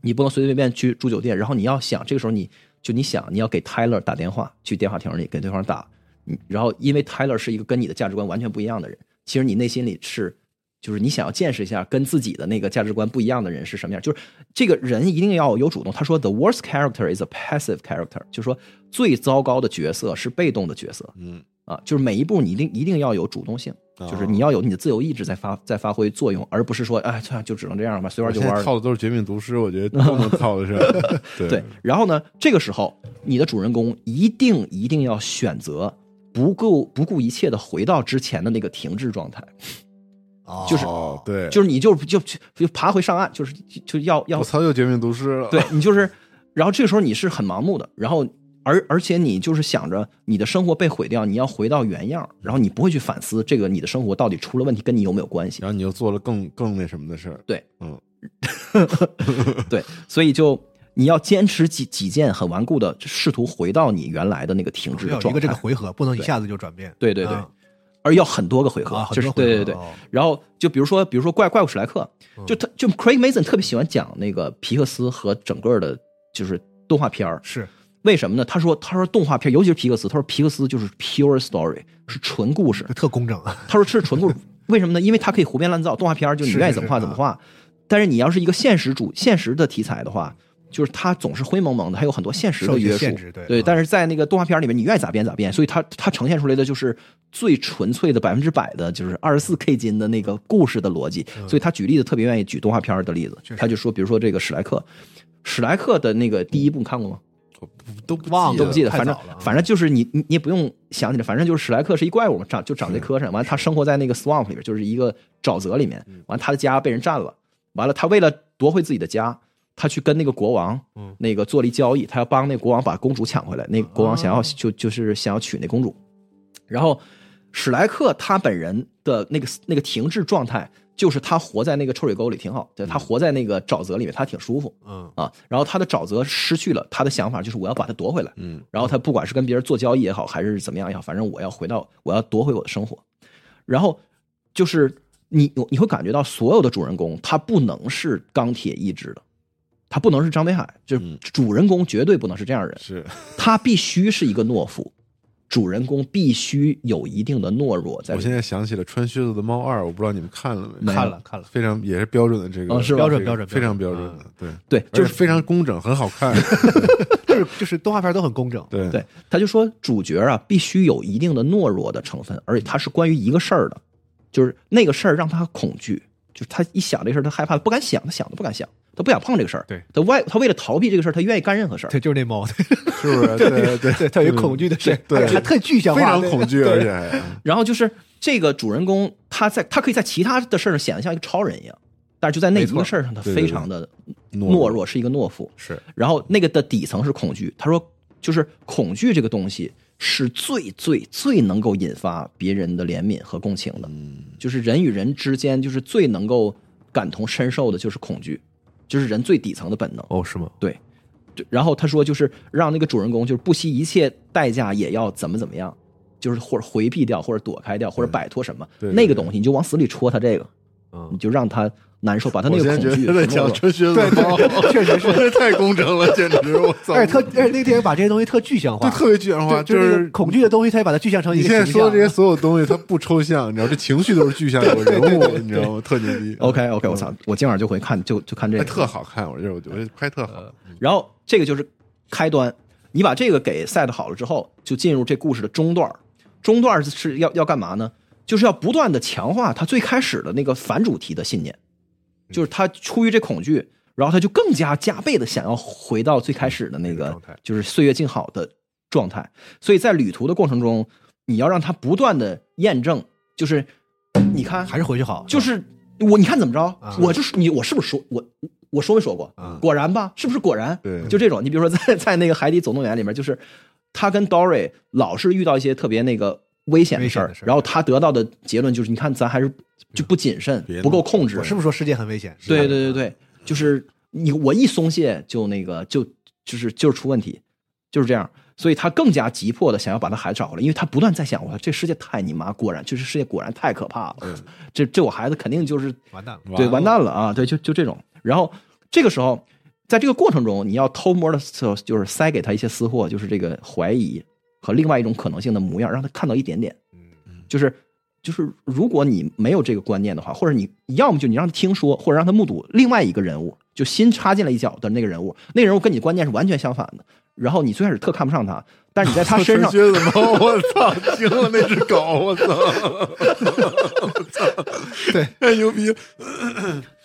你不能随随便便去住酒店，然后你要想这个时候你就你想你要给 Tyler 打电话，去电话亭里给对方打，你然后因为 Tyler 是一个跟你的价值观完全不一样的人，其实你内心里是就是你想要见识一下跟自己的那个价值观不一样的人是什么样，就是这个人一定要有主动。他说，the worst character is a passive character，就是说最糟糕的角色是被动的角色
嗯，
啊，就是每一步你一定一定要有主动性，就是
哦
你要有你的自由意志在发在发挥作用，而不是说哎，算了就只能这样吧，随
我
玩就
现在
玩儿。
套的都是《绝命毒师》，我觉得都能套得 上。对
对，然后呢，这个时候你的主人公一定一定要选择不顾不顾一切的回到之前的那个停滞状态，就是
哦，对，
就是你就就就就爬回上岸，就是就就要要
我操，又《绝命毒师》了。
对你就是，然后这个时候你是很盲目的，然后而而且你就是想着你的生活被毁掉，你要回到原样，然后你不会去反思这个你的生活到底出了问题跟你有没有关系
然。后你又做了更更那什么的事儿，
对，
嗯，
对，所以就你要坚持几几件很顽固的，试图回到你原来的那个停滞
哦要
的
有一
状
个这
态
个。回合，不能一下子就转变。
对对对
啊，
而要很多个回合，
啊很
就是
多回
对
合
对对。
哦嗯
然后就比如说，比如说怪怪物史莱克，就他就 Craig Mason 特别喜欢讲那个皮克斯和整个的，就是动画片儿，
是
为什么呢？他说，他说动画片，尤其是皮克斯，他说皮克斯就是 pure story，是纯故事
这。特工整，啊
他说这是纯故事，为什么呢？因为它可以胡编乱造，动画片儿就你
是
愿意
是啊
怎么
是
画怎么画。但是你要是一个现实主现实的题材的话，就是它总是灰蒙蒙的，还有很多现实
受
的
一些
约束。
限制对嗯
但是在那个动画片里面，你愿意咋编咋编，所以它它呈现出来的就是最纯粹的百分之百的，就是二十四 K 金的那个故事的逻辑。
嗯
所以他举例子特别愿意举动画片的例子，他就说，比如说这个史莱克，史莱克的那个第一部你看过吗？
都忘了
都不 记得，
太
反正
早了啊
反正就是你你你也不用想起来，反正就是史莱克是一怪物嘛，长就长在棵上，完了他生活在那个 swamp 里边，就是一个沼泽里面，
嗯
完了他的家被人占了，完了他为了夺回自己的家，他去跟那个国王
嗯哦
那个做了一交易，他要帮那国王把公主抢回来，那个国王想要就就是想要娶那公主，然后史莱克他本人的那个那个停滞状态，就是他活在那个臭水沟里挺好，对他活在那个沼泽里面，他挺舒服。
嗯，
啊，然后他的沼泽失去了他的想法，就是我要把它夺回来。
嗯，
然后他不管是跟别人做交易也好，还是怎么样也好，反正我要回到，我要夺回我的生活。然后就是你你会感觉到所有的主人公他不能是钢铁意志的，他不能是张北海，就是
嗯
主人公绝对不能是这样的人，
是，
他必须是一个懦夫，主人公必须有一定的懦弱在
我
里
现
面。
在想起了《穿靴子的猫二》，我不知道你们看了没
没
有？
看了看了，
非常也是标准的这个，
哦是吧
标
这个
准标准
非常标
标
准
准
的，对，
对，
就
就是是
非常工整，很好看，
就是就是动画片都很工整，
对
对，他就说主角啊必须有一定的懦弱的成分，而且他是关于一个事儿的，就是那个事儿让他恐惧，就是他一想这事儿他害怕，他不敢想，他想都不敢想，他不想碰这个事儿。
对，
他外他为了逃避这个事儿，他愿意干任何事儿。
对，就是那猫，
是不是？对 对
对，特别恐惧的事，
对
还还特具象
非
化，
常
对
恐惧，
啊
而且还
然后就是这个主人公，他在他可以在其他的事儿上显得像一个超人一样，但是就在那一个事儿上，他
对对对
非常的
懦
懦弱，是一个懦夫。
是
然后那个的底层是恐惧。他说，就是恐惧这个东西是最最最能够引发别人的怜悯和共情的，
嗯
就是人与人之间就是最能够感同身受的，就是恐惧，就是人最底层的本能。
哦，是吗？
对，对然后他说就是让那个主人公就是不惜一切代价也要怎么怎么样，就是或者回避掉，或者躲开掉，或者摆脱什么
对对
那个东西，你就往死里戳他这个，
嗯
你就让他难受，把他那
我现在
个恐惧
觉得在
和
讲
懦
《穿
弱
靴子的猫》，确 实是太工整了，简直我操！
而且特而且那个电影把这些东西特具象化，
对特别具象化，
就就
就
是那
是
个恐惧的东西，他也把它具象成一
你
个
现在
形
说的这些
象啊
所有东西，它不抽象， 你知道，这情绪都是具象，有人物，你知道吗？特牛逼。
OK OK，我操！我今晚就回看，就就看
哎，
这个。
特好看，我觉得，我觉得拍特好。
然后这个就是开端，你把这个给 set 好了之后，就进入这故事的中段儿。中段儿是要要干嘛呢？就是要不断的强化他最开始的那个反主题的信念，
嗯
就是他出于这恐惧，然后他就更加加倍的想要回到最开始的那
那个
个
状态，
就是岁月静好的状态。所以在旅途的过程中，你要让他不断的验证，就是你看，
还是回去好，
就是我，你看怎么着
啊？
我就是你，我是不是说我我说没说过
啊？
果然吧，是不是果然？
对
就这种，你比如说在 在那个《海底总动员》里面，就是他跟 Dory 老是遇到一些特别那个危险的事
危险
儿
的事，儿
然后他得到的结论就是，你看咱还是就不谨慎
别，弄
不够控制
我，是不是说世界很危险？
对对对
啊
对，就是你我一松懈就那个就就是就是出问题，就是这样。所以他更加急迫的想要把他孩子找回来，因为他不断在想，我操，这世界太你妈果然，这世界果然太可怕了，这这我孩子肯定就是
嗯完蛋了，
对，完蛋了啊！对，就就这种。然后这个时候，在这个过程中，你要偷摸的，就是塞给他一些私货，
嗯
就是这个怀疑和另外一种可能性的模样，让他看到一点点。就是就是如果你没有这个观念的话，或者你你要么就你让他听说，或者让他目睹另外一个人物，就新插进来一脚的那个人物，那个人物跟你观念是完全相反的。然后你最开始特看不上他，但是你在他 身上，
靴子猫，我操，惊了那只狗，我操，我操，
对，
太牛逼了，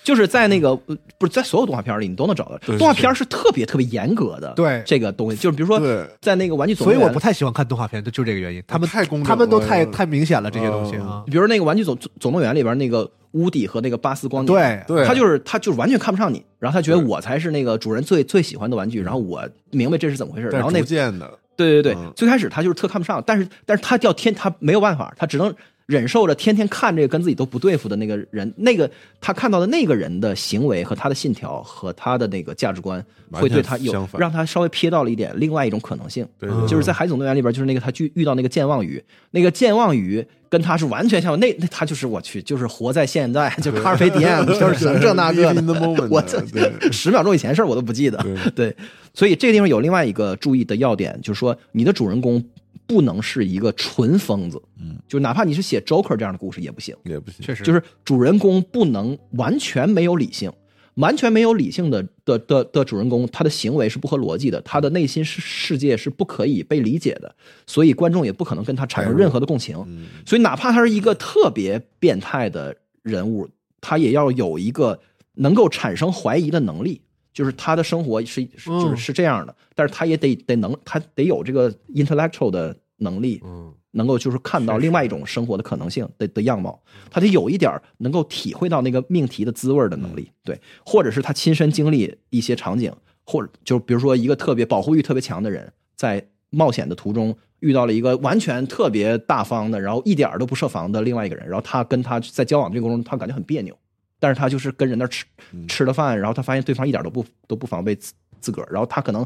就是在那个呃不是在所有动画片里你都能找到，
对
动画片是特别特别严格的，
对
这个东西，就是比如说
对
在那个玩具总
所以
动员，
我不太喜欢看动画片，就就这个原因。他们
太工整了
他们都太
嗯
太明显了这些东西啊。
比如那个玩具总总动员里边那个乌迪和那个巴斯光年，
对
对
他就是他就是完全看不上你，然后他觉得我才是那个主人最最喜欢的玩具，然后我明白这是怎么回事，然
但
后
是
那
逐渐的，
对对对，
嗯
最开始他就是特看不上，但是但是他叫天，他没有办法，他只能忍受着天天看这个跟自己都不对付的那个人，那个他看到的那个人的行为和他的信条和他的那个价值观，
完全
会对他有
相反
让他稍微瞥到了一点另外一种可能性。
对，
嗯
就是在《海底总动员》里边，就是那个他去遇到那个健忘鱼，那个健忘鱼跟他是完全相反，那那他就是我去，就是活在现在，就卡尔菲迪安，就是什么这那个
Live in the
的
moment，，啊
我这
对
十秒钟以前事儿我都不记得。 对，所以这个地方有另外一个注意的要点，就是说你的主人公不能是一个纯疯子，
嗯，
就哪怕你是写 Joker 这样的故事也不行，
也不行，
确实，
就是主人公不能完全没有理性，完全没有理性的的的的主人公，他的行为是不合逻辑的，他的内心世世界是不可以被理解的，所以观众也不可能跟他产生任何的共情。
哎嗯，
所以哪怕他是一个特别变态的人物，他也要有一个能够产生怀疑的能力。就是他的生活是是就是
嗯
是这样的，但是他也得得能，他得有这个 intellectual 的能力，
嗯，
能够就是看到另外一种生活的可能性的的样貌，他得有一点儿能够体会到那个命题的滋味儿的能力，对，或者是他亲身经历一些场景，或者就比如说一个特别保护欲特别强的人，在冒险的途中遇到了一个完全特别大方的，然后一点儿都不设防的另外一个人，然后他跟他在交往这个过程中，他感觉很别扭，但是他就是跟人那儿吃吃了饭，然后他发现对方一点都不都不防备自自个儿，然后他可能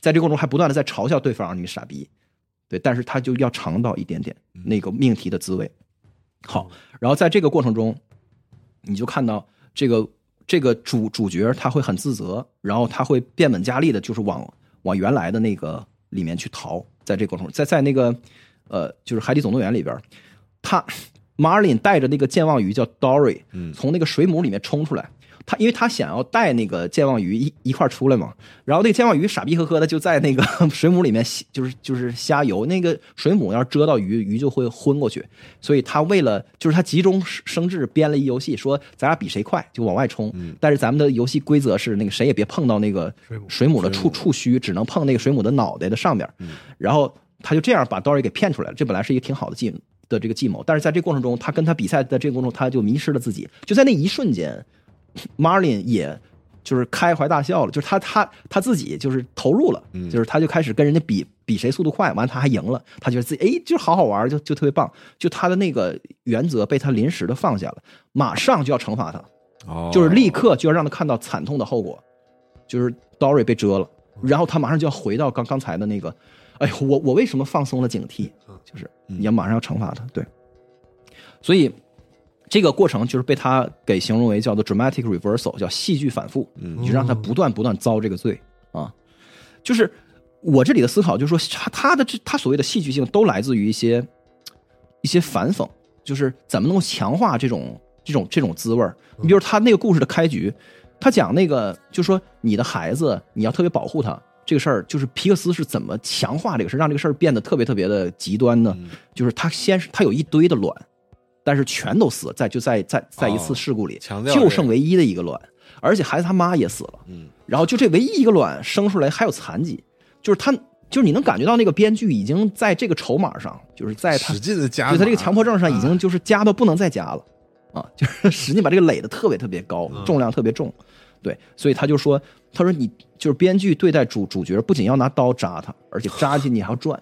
在这个过程中还不断的在嘲笑对方，你傻逼，对，但是他就要尝到一点点那个命题的滋味。好，然后在这个过程中，你就看到这个这个主主角他会很自责，然后他会变本加厉的，就是往往原来的那个里面去逃。在这个过程中，在在那个呃，就是《海底总动员》里边，他 Marlin 带着那个健忘鱼叫 Dory，从那个水母里面冲出来。他因为他想要带那个健忘鱼一一块儿出来嘛，然后那个健忘鱼傻逼呵呵的就在那个 水母里面吸，就是就是瞎游。那个水母要是蛰到鱼，鱼就会昏过去。所以他为了就是他急中生智编了一游戏，说咱俩比谁快，就往外冲。但是咱们的游戏规则是那个谁也别碰到那个嗯水母的嗯触触须，只能碰那个水母的脑袋的上边儿。然后他就这样把 Dory 给骗出来了。这本来是一个挺好的计的这个计谋，但是在这过程中，他跟他比赛的这个过程中，他就迷失了自己。就在那一瞬间，Marlin 也就是开怀大笑了，就是他他他自己就是投入了，就是他就开始跟人家比比谁速度快，完了他还赢了，他觉得自己哎就好好玩，就就特别棒。就他的那个原则被他临时的放下了，马上就要惩罚他。
哦，
就是立刻就要让他看到惨痛的后果，就是 Dory 被蛰
嗯
了，然后他马上就要回到刚刚才的那个，哎呦，我我为什么放松了警惕？
嗯
就是你要马上要惩罚他，对，所以这个过程就是被他给形容为叫做 dramatic reversal，叫戏剧反复，
嗯
你就让他不断不断遭这个罪啊，就是我这里的思考就是说，他他的这他所谓的戏剧性都来自于一些一些反讽，就是怎么能够强化这种这种这种滋味儿。你比如他那个故事的开局，他讲那个就说你的孩子你要特别保护他这个事儿，就是皮克斯是怎么强化这个事儿，让这个事儿变得特别特别的极端呢？
嗯
就是他先是他有一堆的卵，但是全都死了在就在在在一次
哦
事故里，
强调这
就
个
剩唯一的一个卵，而且孩子他妈也死了。
嗯，
然后就这唯一一个卵生出来还有残疾，就是他，就是你能感觉到那个编剧已经在这个筹码上，就是在他
使劲的加码，
对他这个强迫症上已经就是加到不能再加了啊，就是使劲把这个垒的特别特别高，重量特别重，对，所以他就说，他说你就是编剧对待主主角不仅要拿刀扎他，而且扎进去还要转，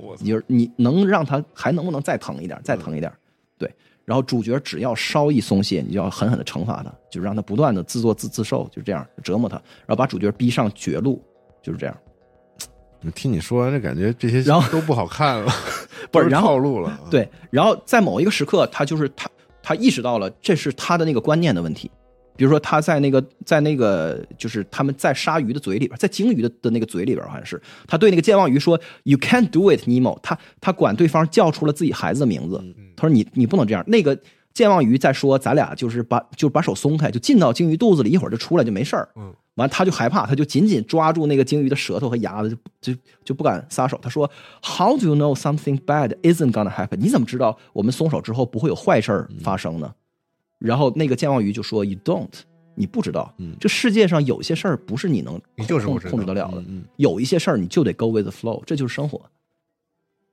我操，嗯
你就是你能让他还能不能再疼一点，再疼一点，对。然后主角只要稍一松懈，你就要狠狠的惩罚他，就让他不断的自作自自受，就这样折磨他，然后把主角逼上绝路，就是这样。
听你说完这感觉，这些
然后
都不好看了，
不是
都
然后
套路了，啊，
对，然后在某一个时刻，他就是他他意识到了这是他的那个观念的问题，比如说他在那个在那个就是他们在鲨鱼的嘴里边，在鲸鱼的的那个嘴里边，好像是他对那个健忘鱼说 “You can't do it, Nemo”，他他管对方叫出了自己孩子的名字，他说你你不能这样。那个健忘鱼在说咱俩就是把就把手松开，就进到鲸鱼肚子里，一会儿就出来就没事儿。
嗯，
完他就害怕，他就紧紧抓住那个鲸鱼的舌头和牙子，就就就不敢撒手。他说：“How do you know something bad isn't gonna happen？你怎么知道我们松手之后不会有坏事儿发生呢？”然后那个健忘鱼就说：“You don't，你不知道。
嗯
这世界上有些事儿不是你能
你就是
控
不知道
控制得了的，
嗯嗯
有一些事儿你就得 go with the flow，这就是生活。”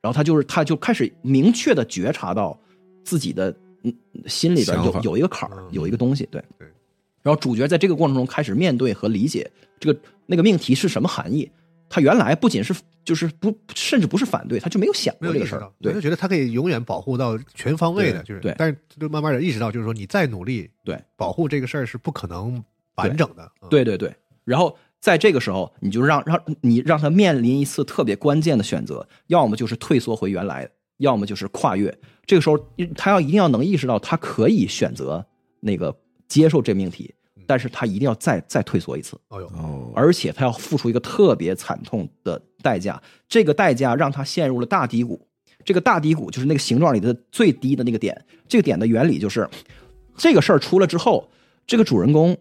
然后他就是他就开始明确的觉察到自己的嗯心里边
想
有
法
有一个坎儿，有一个东西，对
嗯对。
然后主角在这个过程中开始面对和理解这个那个命题是什么含义。他原来不仅是就是不甚至不是反对，他就没有想
没
过
有
这
意
个
识
事儿
到，，我
对
就觉得他可以永远保护到全方位的，就是
对
但是就慢慢的意识到，就是说你再努力，
对，
保护这个事儿是不可能完整的，嗯，
对对对，然后在这个时候，你就让让你让他面临一次特别关键的选择，要么就是退缩回原来，要么就是跨越。这个时候，他要一定要能意识到，他可以选择那个接受这命题，但是他一定要再再退缩一次，
哦呦，
哦，
而且他要付出一个特别惨痛的代价。这个代价让他陷入了大低谷。这个大低谷就是那个形状里的最低的那个点。这个点的原理就是，这个事儿出了之后，这个主人公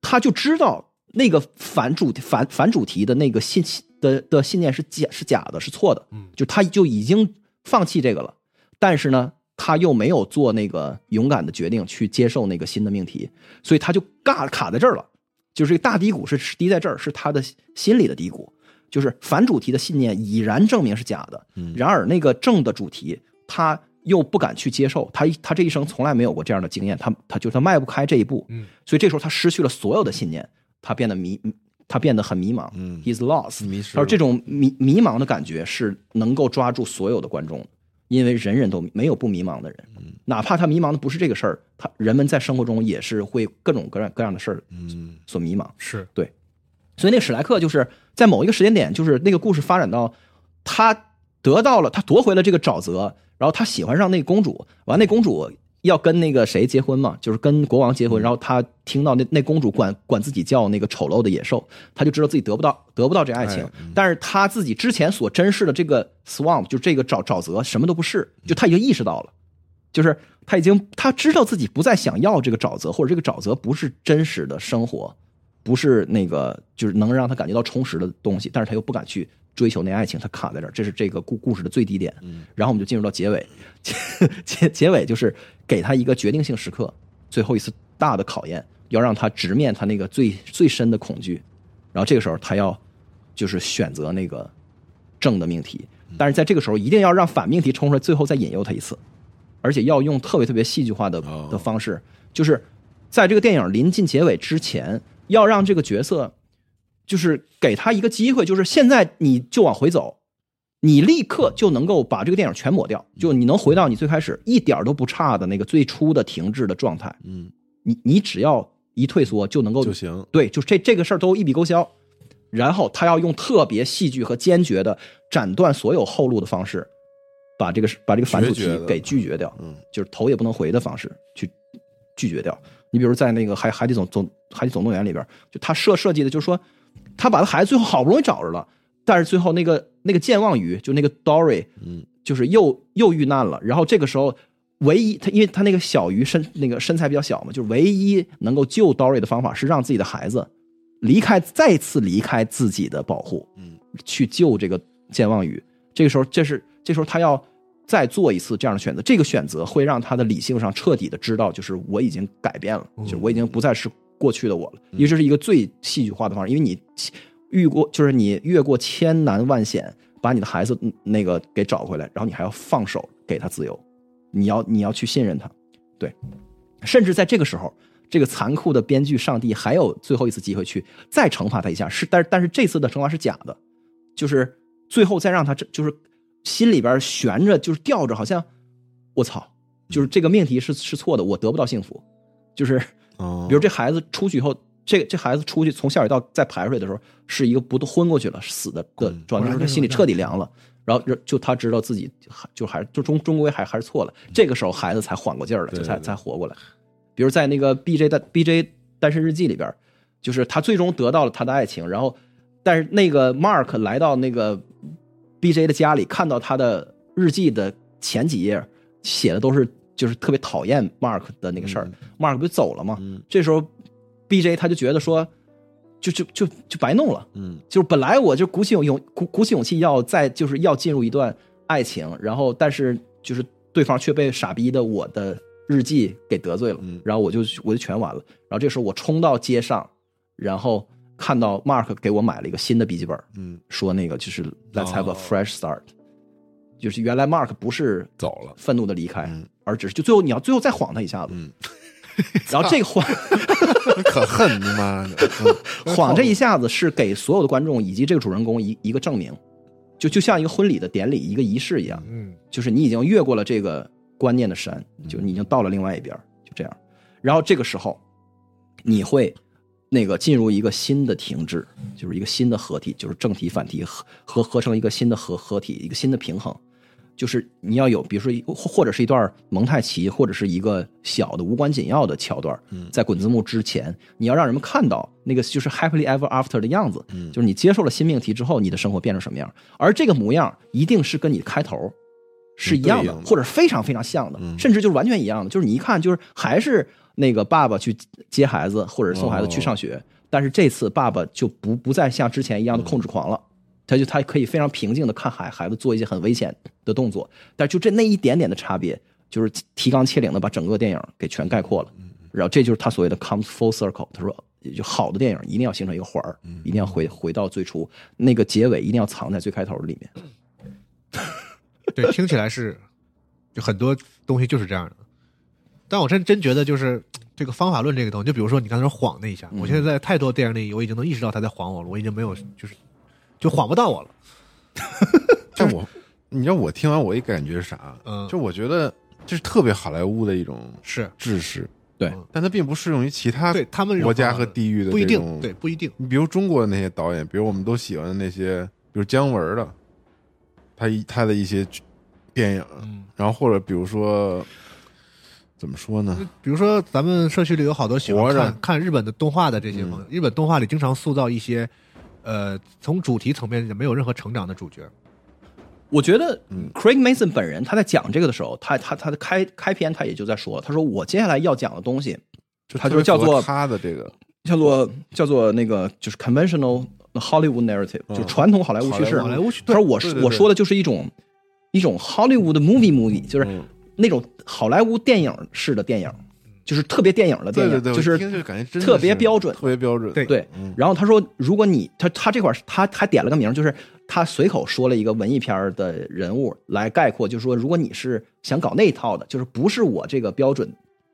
他就知道那个反主题反反主题的那个信的的信念是假是假的，是错的。
嗯
就他就已经放弃这个了，但是呢，他又没有做那个勇敢的决定去接受那个新的命题，所以他就尬卡在这儿了。就是这个大低谷是是低在这儿，是他的心理的低谷。就是反主题的信念已然证明是假的，
嗯
然而那个正的主题他又不敢去接受，他他这一生从来没有过这样的经验，他他就是他迈不开这一步，
嗯，
所以这时候他失去了所有的信念，他变得迷，他变得很迷茫，
嗯
，he's lost，
迷失
他说
了
这种迷迷茫的感觉是能够抓住所有的观众的，因为人人都没有不迷茫的人，
嗯
哪怕他迷茫的不是这个事儿，他人们在生活中也是会各种各样各样的事儿
嗯
所迷茫。
是
所以那个史莱克就是在某一个时间点，就是那个故事发展到他得到了，他夺回了这个沼泽，然后他喜欢上那个公主，完那公主要跟那个谁结婚嘛，就是跟国王结婚，然后他听到那那公主管管自己叫那个丑陋的野兽，他就知道自己得不到得不到这爱情
哎，
但是他自己之前所珍视的这个 swamp 就这个沼沼泽什么都不是，就他已经意识到了。就是他已经他知道自己不再想要这个沼泽，或者这个沼泽不是真实的生活，不是那个就是能让他感觉到充实的东西，但是他又不敢去追求那爱情，他卡在这儿，这是这个故故事的最低点。然后我们就进入到结尾， 结结结尾就是给他一个决定性时刻，最后一次大的考验，要让他直面他那个最最深的恐惧，然后这个时候他要就是选择那个正的命题，但是在这个时候一定要让反命题冲出来，最后再引诱他一次。而且要用特别特别戏剧化的
哦
的方式，就是在这个电影临近结尾之前，要让这个角色就是给他一个机会，就是现在你就往回走，你立刻就能够把这个电影全抹掉，就你能回到你最开始一点儿都不差的那个最初的停滞的状态，
嗯，
你你只要一退缩就能够
就行，
对，就这这个事儿都一笔勾销。然后他要用特别戏剧和坚决的斩断所有后路的方式，把这个把这个反主
决
题
绝的
给拒绝掉，
嗯
就是头也不能回的方式去拒绝掉。你比如在那个海海底总总海底总动员里边，就他设设计的，就是说他把他孩子最后好不容易找着了，但是最后那个那个健忘鱼，就那个 Dory，
嗯，
就是又又遇难了。然后这个时候，唯一他因为他那个小鱼身那个身材比较小嘛，就是唯一能够救 Dory 的方法是让自己的孩子离开，再次离开自己的保护，
嗯，
去救这个健忘鱼。这个时候，这是这时候他要再做一次这样的选择，这个选择会让他的理性上彻底的知道，就是我已经改变了，就是我已经不再是过去的我了。因为这是一个最戏剧化的方式，因为你遇过，就是你越过千难万险，把你的孩子嗯那个给找回来，然后你还要放手给他自由，你要你要去信任他，对，甚至在这个时候。这个残酷的编剧上帝还有最后一次机会去再惩罚他一下，是，但是但是这次的惩罚是假的，就是最后再让他这就是心里边悬着，就是吊着，好像我操，就是这个命题是是错的，我得不到幸福。就是
哦，
比如这孩子出去以后，这这孩子出去从下水道再排水的时候，是一个不昏过去了，死的的
嗯
状态，就是他心里彻底凉了。然后就就他知道自己还就还就终终归还还是错了，这个时候孩子才缓过劲儿来，
对
就才
对
才活过来。比如在那个 B J 带 B J 单身日记》里边，就是他最终得到了他的爱情，然后但是那个 Mark 来到那个 BJ 的家里，看到他的日记的前几页写的都是就是特别讨厌 Mark 的那个事儿、m a r k 不就走了吗？
嗯
这时候 BJ 他就觉得说，就就就就白弄了。
嗯
就是本来我就鼓起勇勇鼓鼓起勇气要再就是要进入一段爱情，然后但是就是对方却被傻逼的我的日记给得罪了
嗯，
然后我就我就全完了。然后这时候我冲到街上，然后看到 Mark 给我买了一个新的笔记本，
嗯，
说那个就是 Let's have a
哦
fresh start，、就是原来 Mark 不是
走了，
愤怒的离开，
嗯
而只是就最后你要最后再晃他一下子，
嗯，
然后 这个晃。
可恨他妈的，嗯
晃这一下子是给所有的观众以及这个主人公一一个证明，就就像一个婚礼的典礼、一个仪式一样，
嗯，
就是你已经越过了这个观念的山，就你已经到了另外一边儿，就这样。然后这个时候，你会那个进入一个新的停滞，就是一个新的合体，就是正体反体合合合成一个新的合合体，一个新的平衡。就是你要有，比如说一或或者是一段蒙太奇，或者是一个小的无关紧要的桥段，在滚字幕之前，你要让人们看到那个就是 happily ever after 的样子，
嗯
就是你接受了新命题之后，你的生活变成什么样，而这个模样一定是跟你开头是一样
嗯
的，
对应的
或者非常非常像的，
嗯
甚至就是完全一样的，就是你一看就是还是那个爸爸去接孩子，或者是送孩子去上学，但是这次爸爸就不不再像之前一样的控制狂了。他就他可以非常平静的看孩孩子做一些很危险的动作，但就这那一点点的差别，就是提纲挈领的把整个电影给全概括了。
嗯
然后这就是他所谓的 comes full circle。他说，就好的电影一定要形成一个环儿，
嗯
一定要回回到最初，那个结尾一定要藏在最开头里
嗯
面。
对，听起来是就很多东西就是这样的。但我真真觉得就是这个方法论这个东西，就比如说你刚才说晃那一
嗯
下，我现在在太多电影里，我已经能意识到他在晃我了，我已经没有就是就晃不到我了。
但我，你知道我听完我一感觉是啥？啊
嗯
就我觉得这是特别好莱坞的一种
是
制式，
对
嗯，但它并不适用于其他
对他们这种
国家
方法
和
论
地域的
不一
这
定，
种
对，不一定。
你比如中国的那些导演，比如我们都喜欢的那些，比如姜文的，他一他的一些剧电影，
嗯，
然后或者比如说怎么说呢？
比如说咱们社区里有好多喜
活
欢
着
看看日本的动画的这
嗯
些朋友，日本动画里经常塑造一些呃从主题层面没有任何成长的主角。
我觉得
嗯
Craig Mason 本人他在讲这个的时候，他他他的开开篇他也就在说了，他说我接下来要讲的东西，他
特
就
别
叫
符合
做
他的这个
叫做叫做那个就是 conventional Hollywood narrative，、
嗯
就传统好莱坞叙事。
好莱坞叙
他说我是
对对对
我说的就是一种一种 Hollywood movie movie，就是
嗯
那种好莱坞电影式的电影，就是特别电影的电
对
影，
对对，
就
我
是
听着感觉真的
特别
是
标准
特别标准，
对
对，然后他说，如果你他他这块儿他还点了个名儿，就是他随口说了一个文艺片儿的人物来概括，就是说，如果你是想搞那一套的，就是不是我这个标准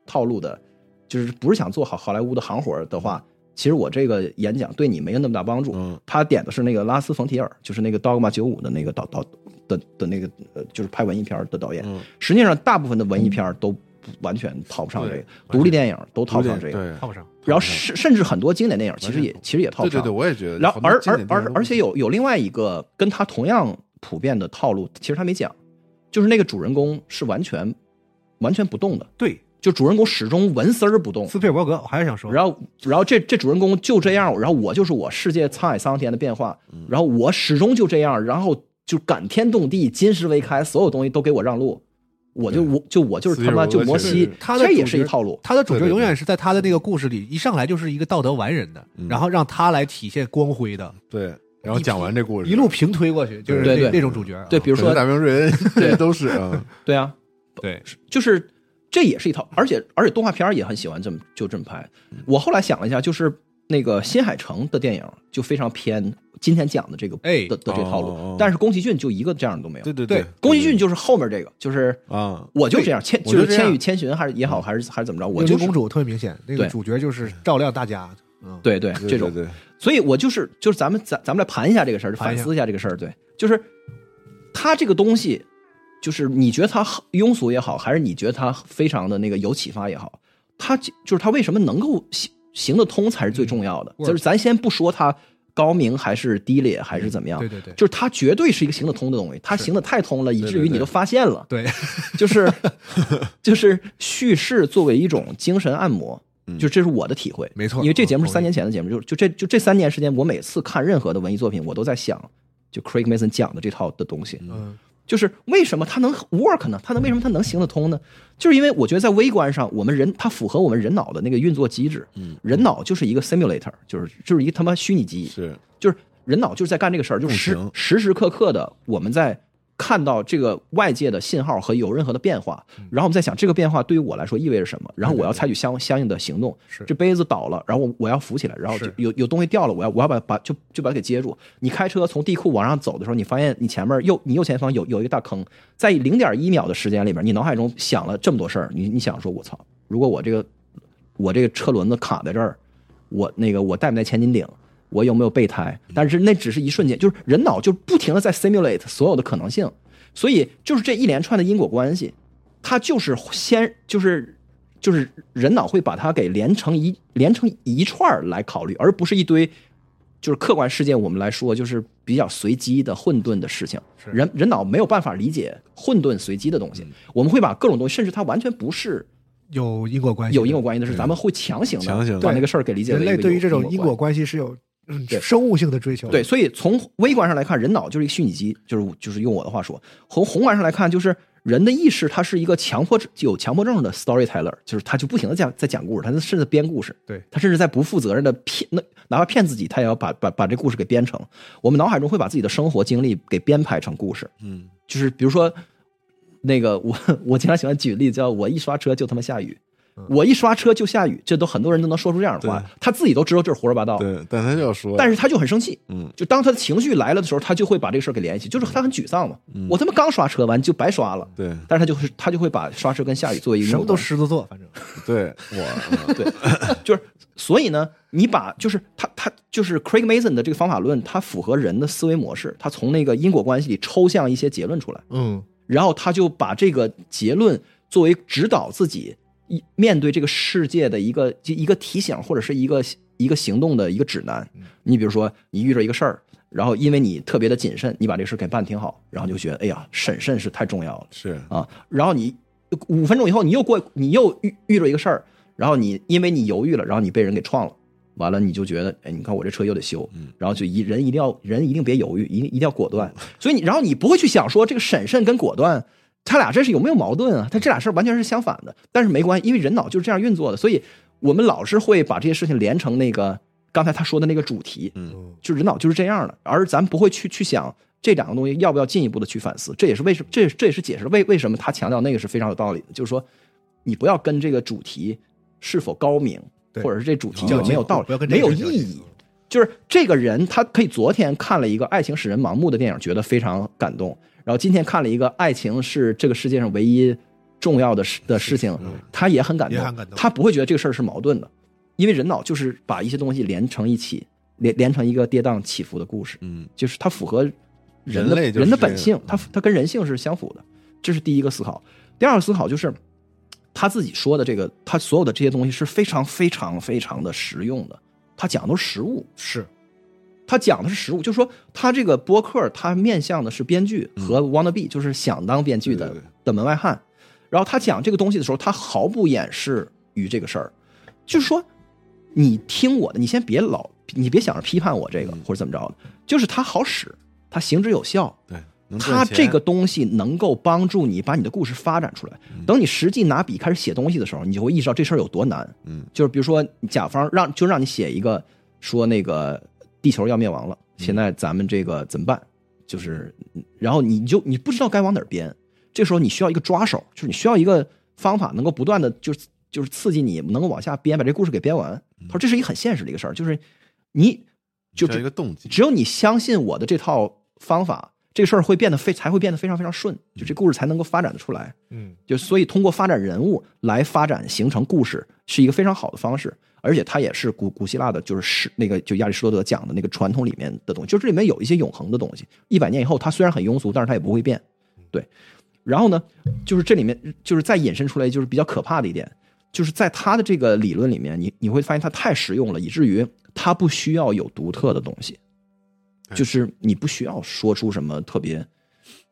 套路的，就是不是想做好好莱坞的行活儿的话，其实我这个演讲对你没有那么大帮助。
嗯
他点的是那个拉斯冯提尔，就是那个 Dogma 九五的那个导导的的那个呃，就是拍文艺片儿的导演。
嗯
实际上，大部分的文艺片儿都不完全讨不上这个
对，
独立电影都讨不上这
对
个。
对
看不上，
然后
嗯
甚甚至很多经典电影其实也其实也套
对
不
对
上。
对，我也觉得。
然后
好多
而
经
而
典电影
而
都
而且有有另外一个跟他同样普遍的套路，其实他没讲，就是那个主人公是完全完全不动的，
对，
就主人公始终纹丝儿不动。
斯皮尔伯格，我还是想说，
然后，然后这这主人公就这样，然后我就是我，世界沧海桑田的变化，
嗯
然后我始终就这样，然后就感天动地，金石为开，所有东西都给我让路，我就我就我就是
斯皮
他
尔
妈
伯
就
格
摩
其
西
实，
他的
这也
主
是一
角
套路。
他的主
对
角
对
永远是在他的那个故事里，一上来就是一个道德完人的，
嗯
然后让他来体现光辉的，
对，然后讲完这故事，
一路平推过去，就是
对
那
对
那种主角啊。
对，比如
可能
说，
大兵瑞恩
对
都是啊，
对啊，
对，
就是这也是一套，而且而且动画片儿也很喜欢这么就这么拍。我后来想了一下，就是那个新海诚的电影就非常偏今天讲的这个
哎
的的这
哦哦
套路
哦，
但是宫崎骏就一个这样的都没有。
对对
对
宫崎骏就是后面这个，就是
啊，
我就这样，千
我
就
就是这
《
样
千与千寻》还是也好，还是还是怎么着，我
幽
就
灵
是
公主特别明显，那个
对
主角就是照亮大家。嗯，
对对
对
这种，
对对
所以我就是就是咱们咱咱们来盘一下这个事儿，
盘一
反
下
思一下这个事儿。对，就是他这个东西，就是你觉得他庸俗也好，还是你觉得他非常的那个有启发也好，他就就是他为什么能够行行得通才是最重要的。
嗯
就是咱先不说他高明还是低劣还是怎么样，
对对对
就是他绝对是一个行得通的东西，他行得太通了，以至于你都发现了。
对，
就是就是叙事作为一种精神按摩，就这是我的体会，
嗯没错
因为这节目是
嗯
三年前的节目，就就这就这三年时间，我每次看任何的文艺作品，我都在想，就 Craig Mason 讲的这套的东西，
嗯，
就是为什么它能 work 呢？它能为什么它能行得通呢？就是因为我觉得在微观上，我们人它符合我们人脑的那个运作机制。
嗯，
人脑就是一个 simulator，就是就是一个他妈虚拟机，
是
就是人脑就是在干这个事儿，就是时
情
时时刻刻的我们在看到这个外界的信号和有任何的变化，然后我们在想这个变化对于我来说意味着什么，然后我要采取相相应的行动。
是
这杯子倒了，然后我我要扶起来，然后就是有有东西掉了，我要我要把把就就把它给接住。你开车从地库往上走的时候，你发现你前面右你右前方有有一个大坑，在零点一秒的时间里面，你脑海中想了这么多事儿，你你想说我操，如果我这个我这个车轮子卡在这儿，我那个我带没带千斤顶，我有没有备胎？
嗯
但是那只是一瞬间，就是人脑就不停的在 simulate 所有的可能性，所以就是这一连串的因果关系，它就是先就是就是人脑会把它给连成一连成一串儿来考虑，而不是一堆就是客观事件我们来说就是比较随机的混沌的事情。人人脑没有办法理解混沌随机的东西，
嗯
我们会把各种东西，甚至它完全不是。
有因果关系，
有因果关系的是，咱们会强行
强行
的
地
把那个事儿给理解为
人
一
类
个
对
有
于这种因
因
果
果关系。
关系是有嗯
对
生物性的追求的。
对，所以从微观上来看，人脑就是一个虚拟机，就是就是用我的话说，从宏观上来看，就是人的意识，它是一个强迫有强迫症的 storyteller，就是他就不停的讲在讲故事，他甚至编故事，
对
他甚至在不负责任的骗，那哪怕骗自己，他也要把把把这故事给编成。我们脑海中会把自己的生活经历给编排成故事，
嗯
就是比如说，那个 我我经常喜欢举例，叫我一刷车就他妈下雨，我一刷车就下雨，这都很多人都能说出这样的话
对，
他自己都知道这是胡说八道，
对，但他就要说，
但是他就很生气，
嗯，
就当他的情绪来了的时候，他就会把这个事儿给联系，就是
嗯
他很沮丧嘛，我他妈刚刷车完就白刷了，
对
但是他就会他就会把刷车跟下雨作为一个
什么都
因果
狮子座，反正
对我对
关系，就是所以呢，你把就是他他就是 Craig Mason 的这个方法论，它符合人的思维模式，他从那个因果关系里抽象一些结论出来，
嗯，
然后他就把这个结论作为指导自己一面对这个世界的一个就一个提醒，或者是一个一个行动的一个指南。你比如说，你遇着一个事儿，然后因为你特别的谨慎，你把这事儿给办挺好，然后你就觉得，哎呀，审慎是太重要了
是
啊。然后你五分钟以后，你又过，你又遇遇着一个事儿，然后你因为你犹豫了，然后你被人给撞了。完了，你就觉得，哎，你看我这车又得修，然后就一人一定要人一定别犹豫，一定一定要果断。所以你，然后你不会去想说这个审慎跟果断，他俩这是有没有矛盾啊？他这俩事儿完全是相反的，但是没关系，因为人脑就是这样运作的，所以我们老是会把这些事情连成那个刚才他说的那个主题，
嗯，
就人脑就是这样的，而咱不会去去想这两个东西要不要进一步的去反思，这也是为什么，这也这也是解释为为什么他强调那个是非常有道理的，就是说你不要跟这个主题是否高明，
对
或者是这主题
较
有没有
劲
道
不要
理
跟，这
没
个
有
事
意
儿较劲
义。就是这个人，他可以昨天看了一个《爱情使人盲目》的电影，觉得非常感动，然后今天看了一个《爱情是这个世界上唯一重要的事的事情》，
嗯
他也很感
也
动，
很感动
他不会觉得这个事儿是矛盾的，因为人脑就是把一些东西连成一起，连连成一个跌宕起伏的故事，
嗯
就是它符合人
人
的
类就是
人的
这
本
样
性，它它跟人性是相符的，这是第一个思考。第二个思考就是他自己说的这个，他所有的这些东西是非常非常非常的实用的，他讲的都是实物，
是
他讲的是实物，就是说他这个播客他面向的是编剧和 wanna be，、就是想当编剧的
嗯对对对
的门外汉。然后他讲这个东西的时候，他毫不掩饰于这个事儿，就是说你听我的，你先别老，你别想着批判我这
嗯
个、或者怎么着的，就是它好使，它行之有效，
对，能
它
赚
这
钱
个东西能够帮助你把你的故事发展出来。
嗯
等你实际拿笔开始写东西的时候，你就会意识到这事儿有多难。
嗯，
就是比如说甲方让就让你写一个说那个地球要灭亡了，现在咱们这个怎么办？就是然后你就你不知道该往哪儿编，这时候你需要一个抓手，就是你需要一个方法能够不断的就是就是刺激你能够往下编，把这故事给编完。他说这是一个很现实的一个事儿，就是你就
需要
这
一个动机，
只有你相信我的这套方法，这个事儿会变得非才会变得非常非常顺，就这故事才能够发展的出来。
嗯，
就所以通过发展人物来发展形成故事，是一个非常好的方式。而且它也是古古希腊的，就是是那个就亚里士多德讲的那个传统里面的东西，就是这里面有一些永恒的东西。一百年以后，它虽然很庸俗，但是它也不会变。对，然后呢，就是这里面就是再引申出来，就是比较可怕的一点，就是在他的这个理论里面，你你会发现它太实用了，以至于它不需要有独特的东西，就是你不需要说出什么特别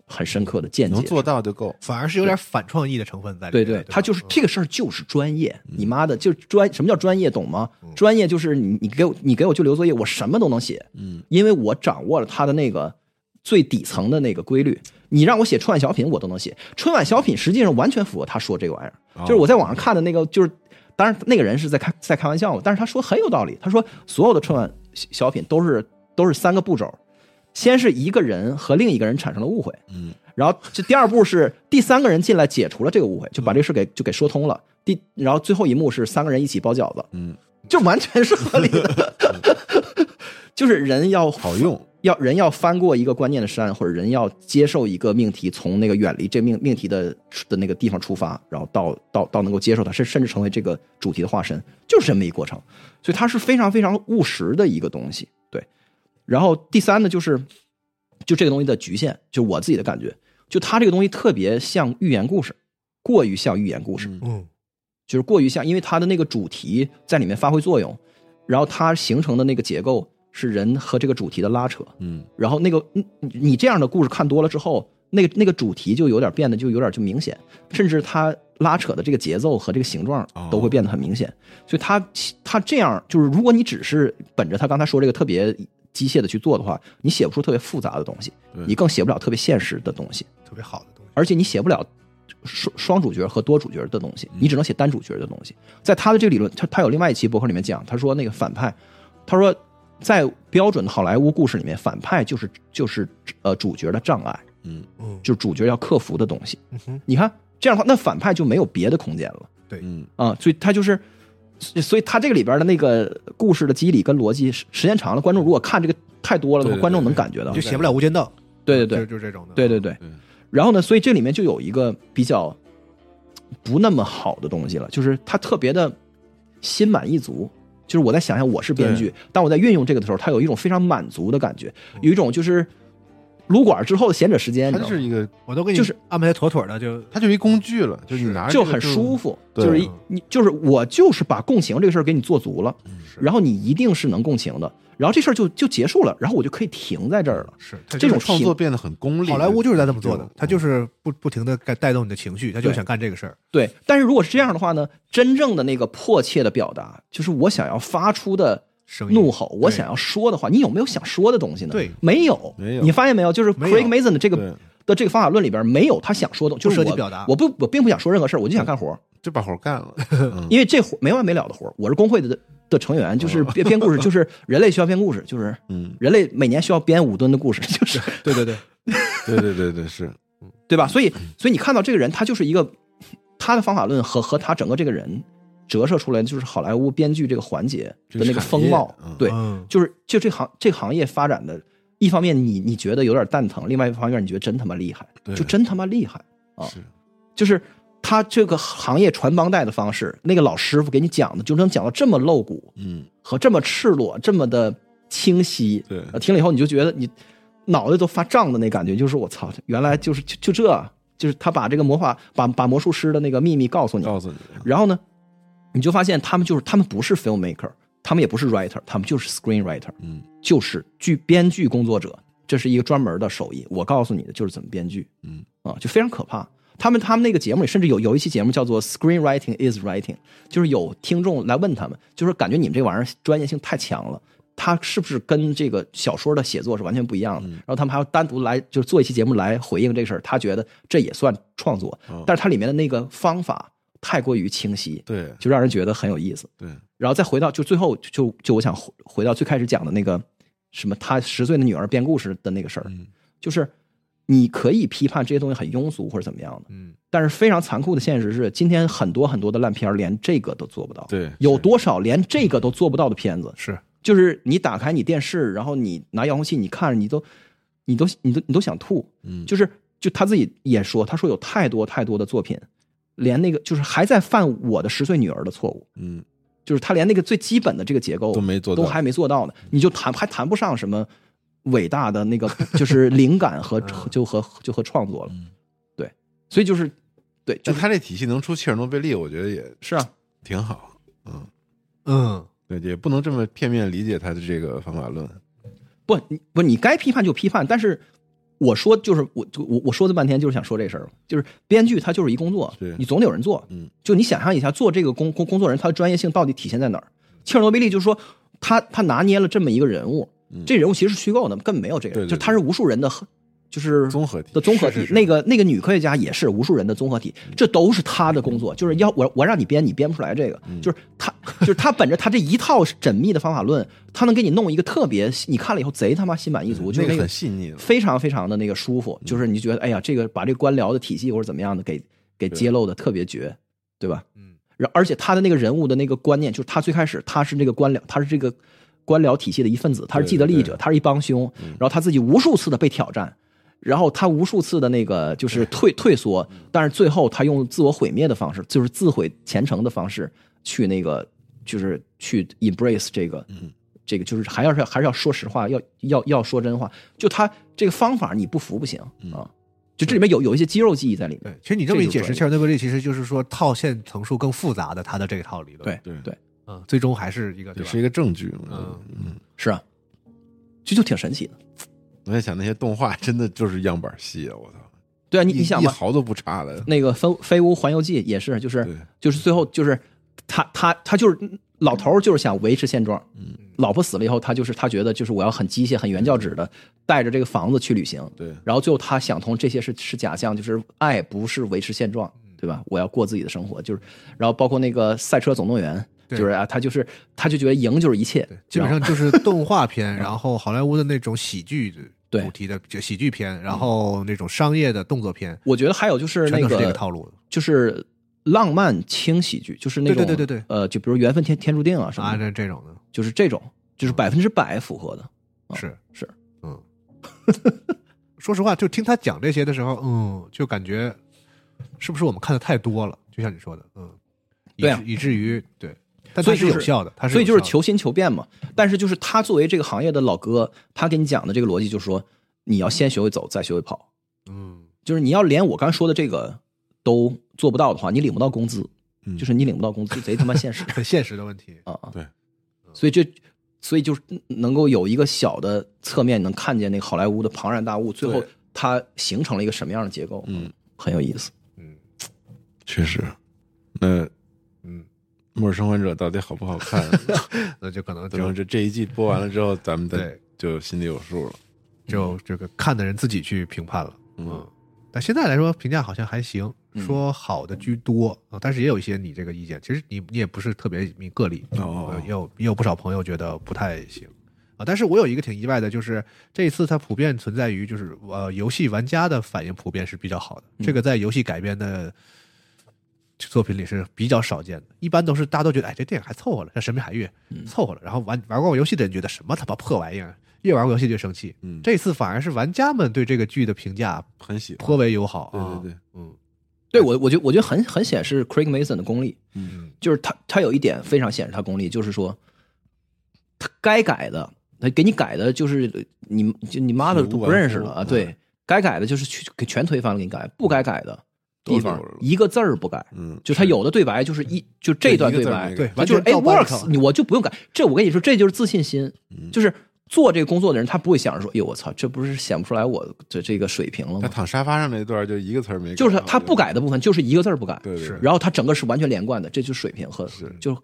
很深刻的见
能
解。
做到就够。
反而是有点反创意的成分在里
对
面。
对
对，，嗯
他
嗯
就是这个事儿就是专业，你妈的就专什么叫专业懂吗？
嗯
专业就是你你给我你给我就留作业，我什么都能写，
嗯，
因为我掌握了他的那个最底层的那个规律。你让我写春晚小品，我都能写。春晚小品实际上完全符合他说这个玩意儿，就是我在网上看的那个，就是当然那个人是在开在开玩笑，但是他说很有道理。他说所有的春晚小小品都是都是三个步骤，先是一个人和另一个人产生了误会，
嗯，
然后这第二步是第三个人进来解除了这个误会，就把这事给就给说通了。第然后最后一幕是三个人一起包饺子，
嗯，
就完全是合理 的，就是人要
好用，
要人要翻过一个观念的山，或者人要接受一个命题，从那个远离这命命题的的那个地方出发，然后到到到能够接受它，甚甚至成为这个主题的化身，就是这么一过程。所以它是非常非常务实的一个东西，对。然后第三呢，就是就这个东西的局限，就我自己的感觉，就它这个东西特别像寓言故事，过于像寓言故事。
嗯
嗯，
就是过于像，因为它的那个主题在里面发挥作用，然后它形成的那个结构是人和这个主题的拉扯，
嗯
然后那个嗯你你这样的故事看多了之后，那个那个主题就有点变得就有点就明显，甚至它拉扯的这个节奏和这个形状
哦
都会变得很明显，所以它它这样就是如果你只是本着他刚才说这个特别机械的去做的话，你写不出特别复杂的东西
对，
你更写不了特别现实的东西。
特别好的东西。
而且你写不了双双主角和多主角的东
嗯
西，你只能写单主角的东西。在他的这个理论，他他有另外一期博客里面讲，他说那个反派，他说在标准的好莱坞故事里面，反派就是就是呃主角的障碍，
嗯
嗯，
就是主角要克服的东西。
嗯哼，
你看这样的话，那反派就没有别的空间了。
嗯
啊，所以他就是，所以他这个里边的那个故事的机理跟逻辑，时时间长了，观众如果看这个太多了的话，
对对
观众能感觉到
你就。写不了《无间道》。
嗯对对对
就，就是这种的。
对对对
对。
然后呢，所以这里面就有一个比较不那么好的东西了，就是他特别的心满意足。就是我在想象我是编剧，当我在运用这个的时候，他有一种非常满足的感觉，有一种就是撸管之后的闲者时间，你
它
知
就
道吗
是一个，
我都给你
就是
安排的妥妥的，就
它就是一工具了，就是你
是
拿着
就
这个
很舒。服，
对
就是一你就是我就是把共情这个事儿给你做足了，
是
然后你一定是能共情的，然后这事儿就就结束了，然后我就可以停在这儿了。
是
这种
创
停
作变得很功利。
好莱坞就是在这么做的，他就是是不不停的带带动你的情绪，他就
对
想干这个事儿。
对，但是如果是这样的话呢，真正的那个迫切的表达，就是我想要发出的
声音
怒吼，我
对
想要说的话，你有没有想说的东西呢？
对
没有，
没有
你发现没有？就是
没有
Craig Mason 的这
对
个的这个方法论里边没有他想说的，就是
涉及
我
表达
我不我并不想说任何事儿，我就想干活儿，
就把活儿干了。嗯
因为这活没完没了的活儿。我是工会的的成员，就是编编故事，就是人类需要编故事，就是
嗯，
人类每年需要编五吨的故事，就是
对 对对，
对对对对 是，
对吧？所以，所以你看到这个人，他就是一个他的方法论和和他整个这个人折射出来，的就是好莱坞编剧这个环节的那个风貌
这个产业嗯。
对，
嗯
就是就这行这行业发展的，一方面你你觉得有点蛋疼，另外一方面你觉得真他妈厉害，
对
就真他妈厉害啊！
是
就是他这个行业传帮带的方式，那个老师傅给你讲的，就能讲到这么露骨，
嗯，
和这么赤裸、这么的清晰，
对
呃听了以后你就觉得你脑袋都发胀的那感觉，就是我操，原来就是就就这，就是他把这个魔法把把魔术师的那个秘密告诉你，
告诉你，
然后呢，你就发现他们就是他们不是 filmmaker，他们也不是 writer，他们就是 screenwriter，
嗯
就是剧编剧工作者，这是一个专门的手艺。我告诉你的就是怎么编剧，
嗯
啊，就非常可怕。他们他们那个节目里，甚至有有一期节目叫做 “Screenwriting is Writing”，就是有听众来问他们，就是感觉你们这玩意儿专业性太强了，它是不是跟这个小说的写作是完全不一样的？然后他们还要单独来就是做一期节目来回应这事儿，他觉得这也算创作，
哦
但是它里面的那个方法太过于清晰，
对
就让人觉得很有意思。
对，
然后再回到就最后就就就我想回回到最开始讲的那个什么他十岁的女儿编故事的那个事儿，
嗯
就是你可以批判这些东西很庸俗或者怎么样的，
嗯，
但是非常残酷的现实是，今天很多很多的烂片儿连这个都做不到。
对
有
是
多少连这个都做不到的片子？
是
就是你打开你电视，然后你拿遥控器，你看着你都，你都你都你都想吐。
嗯
就是就他自己也说，他说有太多太多的作品，连那个就是还在犯我的十岁女儿的错误，
嗯
就是他连那个最基本的这个结构
都没做到
都还没做到呢，你就谈还谈不上什么伟大的那个就是灵 感和
嗯
就和就和创作了，对，所以就是对，就
就是他这体系能出切尔诺贝利，我觉得也
是啊，
挺好。嗯，
嗯，
对，也不能这么片面理解他的这个方法论。
不你不你该批判就批判，但是我说就是我就我我说这半天就是想说这事儿，就是编剧他就是一工作
是，
你总得有人做。
嗯，
就你想象一下，做这个工工工作人他的专业性到底体现在哪儿？切尔诺贝利就是说他他拿捏了这么一个人物，这人物其实是虚构的，根本没有这个
嗯对对
人，
对
就他是无数人的合就是
综合体
的综合体
是是。是嗯
那个那个女科学家也是无数人的综合体，这都是他的工作，就是要我我让你编，你编不出来这个，
嗯
就是他就是他本着他这一套缜密的方法论，他能给你弄一个特别你看了以后贼他妈心满意足，就
那
是那
个
个
很细腻的，
非常非常的那个舒服，就是你就觉得哎呀，这个把这个官僚的体系或者怎么样的给给揭露的特别绝，对吧？
嗯，
然而且他的那个人物的那个观念，就是他最开始他是这个官僚，他是这个官僚体系的一份子，他是既得利益者，他是一帮凶，然后他自己无数次的被挑战。然后他无数次的那个就是退退缩，但是最后他用自我毁灭的方式，就是自毁前程的方式去那个，就是去 embrace 这个这个就是还要是还是要说实话，要要要说真话。就他这个方法你不服不行啊，就这里面有有一些肌肉记忆在里面。
对，其实你这么一解
这
释，
就专业
切尔诺贝利其实就是说套现层数更复杂的他的这套理论。
对
对
对，
嗯，最终还是一个
也
对吧
是一？个证据。
嗯
嗯，
是啊，这就挺神奇的。
我在想那些动画真的就是样板戏啊！我操，
对啊，你
一
你想
一
吧，
毫都不差的。
那个《飞飞屋环游记》也是，就是
对
就是最后就是他他他就是老头儿就是想维持现状，
嗯，
老婆死了以后，他就是他觉得就是我要很机械、很原教旨的带着这个房子去旅行，
对，
然后最后他想通这些是是假象，就是爱不是维持现状，
嗯
对吧？我要过自己的生活，就是，然后包括那个《赛车总动员》，
对
就是啊，他就是他就觉得赢就是一切
对，基本
然后
上就是动画 片，然后好莱坞的那种喜剧
嗯对
主题的就喜剧片，然后那种商业的动作片，
我觉得还有就是
全
那
都
个
是这个套路
就是浪漫轻喜剧，就是那种
对对对对对
呃，就比如缘分天天注定啊什么
啊，嗯
的，
这这种的
就是这种，就是百分之百符合的，啊
是
是，
嗯。 说实话，就听他讲这些的时候，嗯，就感觉是不是我们看的太多了？就像你说的，嗯，以
对啊
至以至于对，但
所
它
以
是
就是
有效的，它是
所以就
有
是
效的
求新求变嘛。但是就是他作为这个行业的老哥，他给你讲的这个逻辑就是说，你要先学会走，再学会跑。
嗯，
就是你要连我刚才说的这个都做不到的话，你领不到工资，
嗯
就是你领不到工资，贼他妈 现实
很现实的问题。
啊！啊
对，
所以这，所以就是能够有一个小的侧面能看见那个好莱坞的庞然大物，最后
对
它形成了一个什么样的结构，
嗯，
很有意思。
嗯
确实。那《
嗯，
末日生还者》到底好不好看？
那就可能
等
就
这这一季播完了之后，咱们再
对
就心里有数了。
就这个看的人自己去评判了。
嗯，
但现在来说评价好像还行，说好的居多啊、但是也有一些你这个意见，其实你你也不是特别你个例，
哦
呃也有也有不少朋友觉得不太行啊、但是我有一个挺意外的，就是这一次它普遍存在于就是呃游戏玩家的反应普遍是比较好的，
嗯
这个在游戏改编的。作品里是比较少见的，一般都是大家都觉得，哎，这电影还凑合了，像《神秘海域》
嗯
凑合了，然后玩玩过我游戏的人觉得什么他妈破玩意儿，越玩过游戏越生气。
嗯
这次反而是玩家们对这个剧的评价
很喜欢。
颇为友好。
对对对
啊，嗯
对我，我觉得我觉得很很显示 Craig Mason 的功力，
嗯，
就是他他有一点非常显示他功力，就是说他该改的，他给你改的就是你就你妈的都不认识了啊，
嗯
对，该改的就是去给全推翻了给你改，不该改的
都
地方
有了
一个字儿不改。
嗯，
就他有的对白就是一就这段
一个
对白
字儿没，
对，
他
完
就
全
是哎
照搬
works，你我就不用改。这我跟你说，这就是自信心，
嗯
就是做这个工作的人，他不会想着说，哎呦我操，这不是显不出来我的这个水平了
他
吗？
躺沙发上那段就一个词儿没改，
就是他不改的部分，就是一个字儿不改，
对，对对，
然后他整个是完全连贯的，这就是水平和就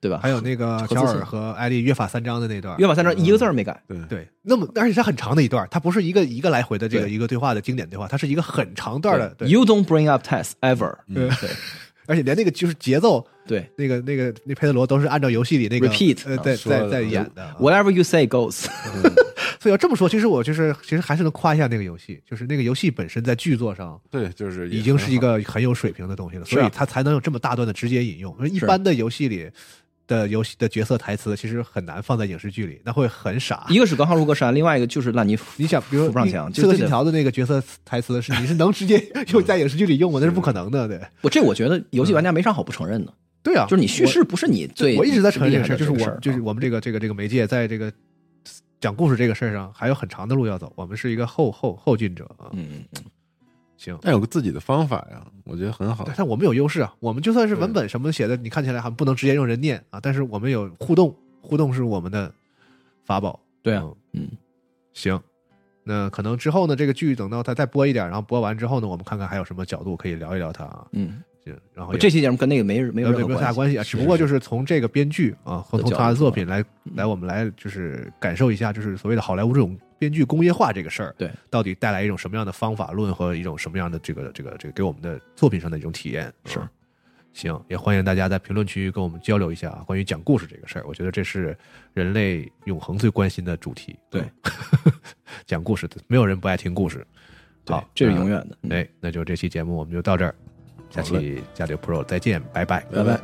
对吧？
还有那 个
和自
乔
信
尔和艾丽约法三章的那段
约。法三章一个字儿没改，
对
对，那么而且它很长的一段，它不是一个一个来回的这个
对
一个对话的经典对话，它是一个很长段的，对，
You don't bring up tests ever，
嗯
对
而且连那个就是节奏，
对
那个那个那佩德罗都是按照游戏里那个
Repeat，
呃
啊
在
说的
在在演的啊。
，whatever you say goes，
所以要这么说，其实我就是其实还是能夸一下那个游戏，就是那个游戏本身在剧作上
对，就是也
已经
很
是一
好
个很有水平的东西了，
是啊
所以他才能有这么大段的直接引用。因为一
是啊
般的游戏里的游戏的角色台词，其实很难放在影视剧里，那会很傻
一。个是隔行如隔山，另外一个就是烂泥扶
你想，比如
扶不上
你
墙，
刺
就
客
这嗯
信条》的那个角色台词是，你是能 直接用在影视剧里用吗？那是不可能的，对
我这我觉得游戏玩家没啥好不承认的，
对嗯啊，
就是你叙事不是你
我，
最
我一直在承认这个事儿，
厉
就
害
是
的这个事
我
儿啊
就是我们这个这个这个媒介在这个讲故事这个事儿上还有很长的路要走，我们是一个后后后进者啊，
嗯，
行。
但有个自己的方法呀，我觉得很好
但。但我们有优势啊，我们就算是文本什么写的，你看起来还不能直接用人念啊，但是我们有互动，互动是我们的法宝。
对啊
嗯，
嗯，
行，那可能之后呢，这个剧等到它再播一点，然后播完之后呢，我们看看还有什么角度可以聊一聊它啊。
嗯，
行，然后也
这期节目跟那个没没有
呃
任
没
何
有太大
关系。
关系啊，只不过就是从这个编剧啊和
的
从
角
他的
度嗯
作
出
品来来，我们来就是感受一下，就是所谓的好莱坞这种编剧工业化这个事儿，
对，
到底带来一种什么样的方法论和一种什么样的这个这个这个给我们的作品上的一种体验。
是
啊，行，也欢迎大家在评论区跟我们交流一下啊关于讲故事这个事儿，我觉得这是人类永恒最关心的主题。
对
嗯， 讲故事，没有人不爱听故事。
对
好，
这是
哎那
永远的。嗯
哎，那就这期节目我们就到这儿，下
好嘞
期加六 Pro 再见，拜拜，
拜拜。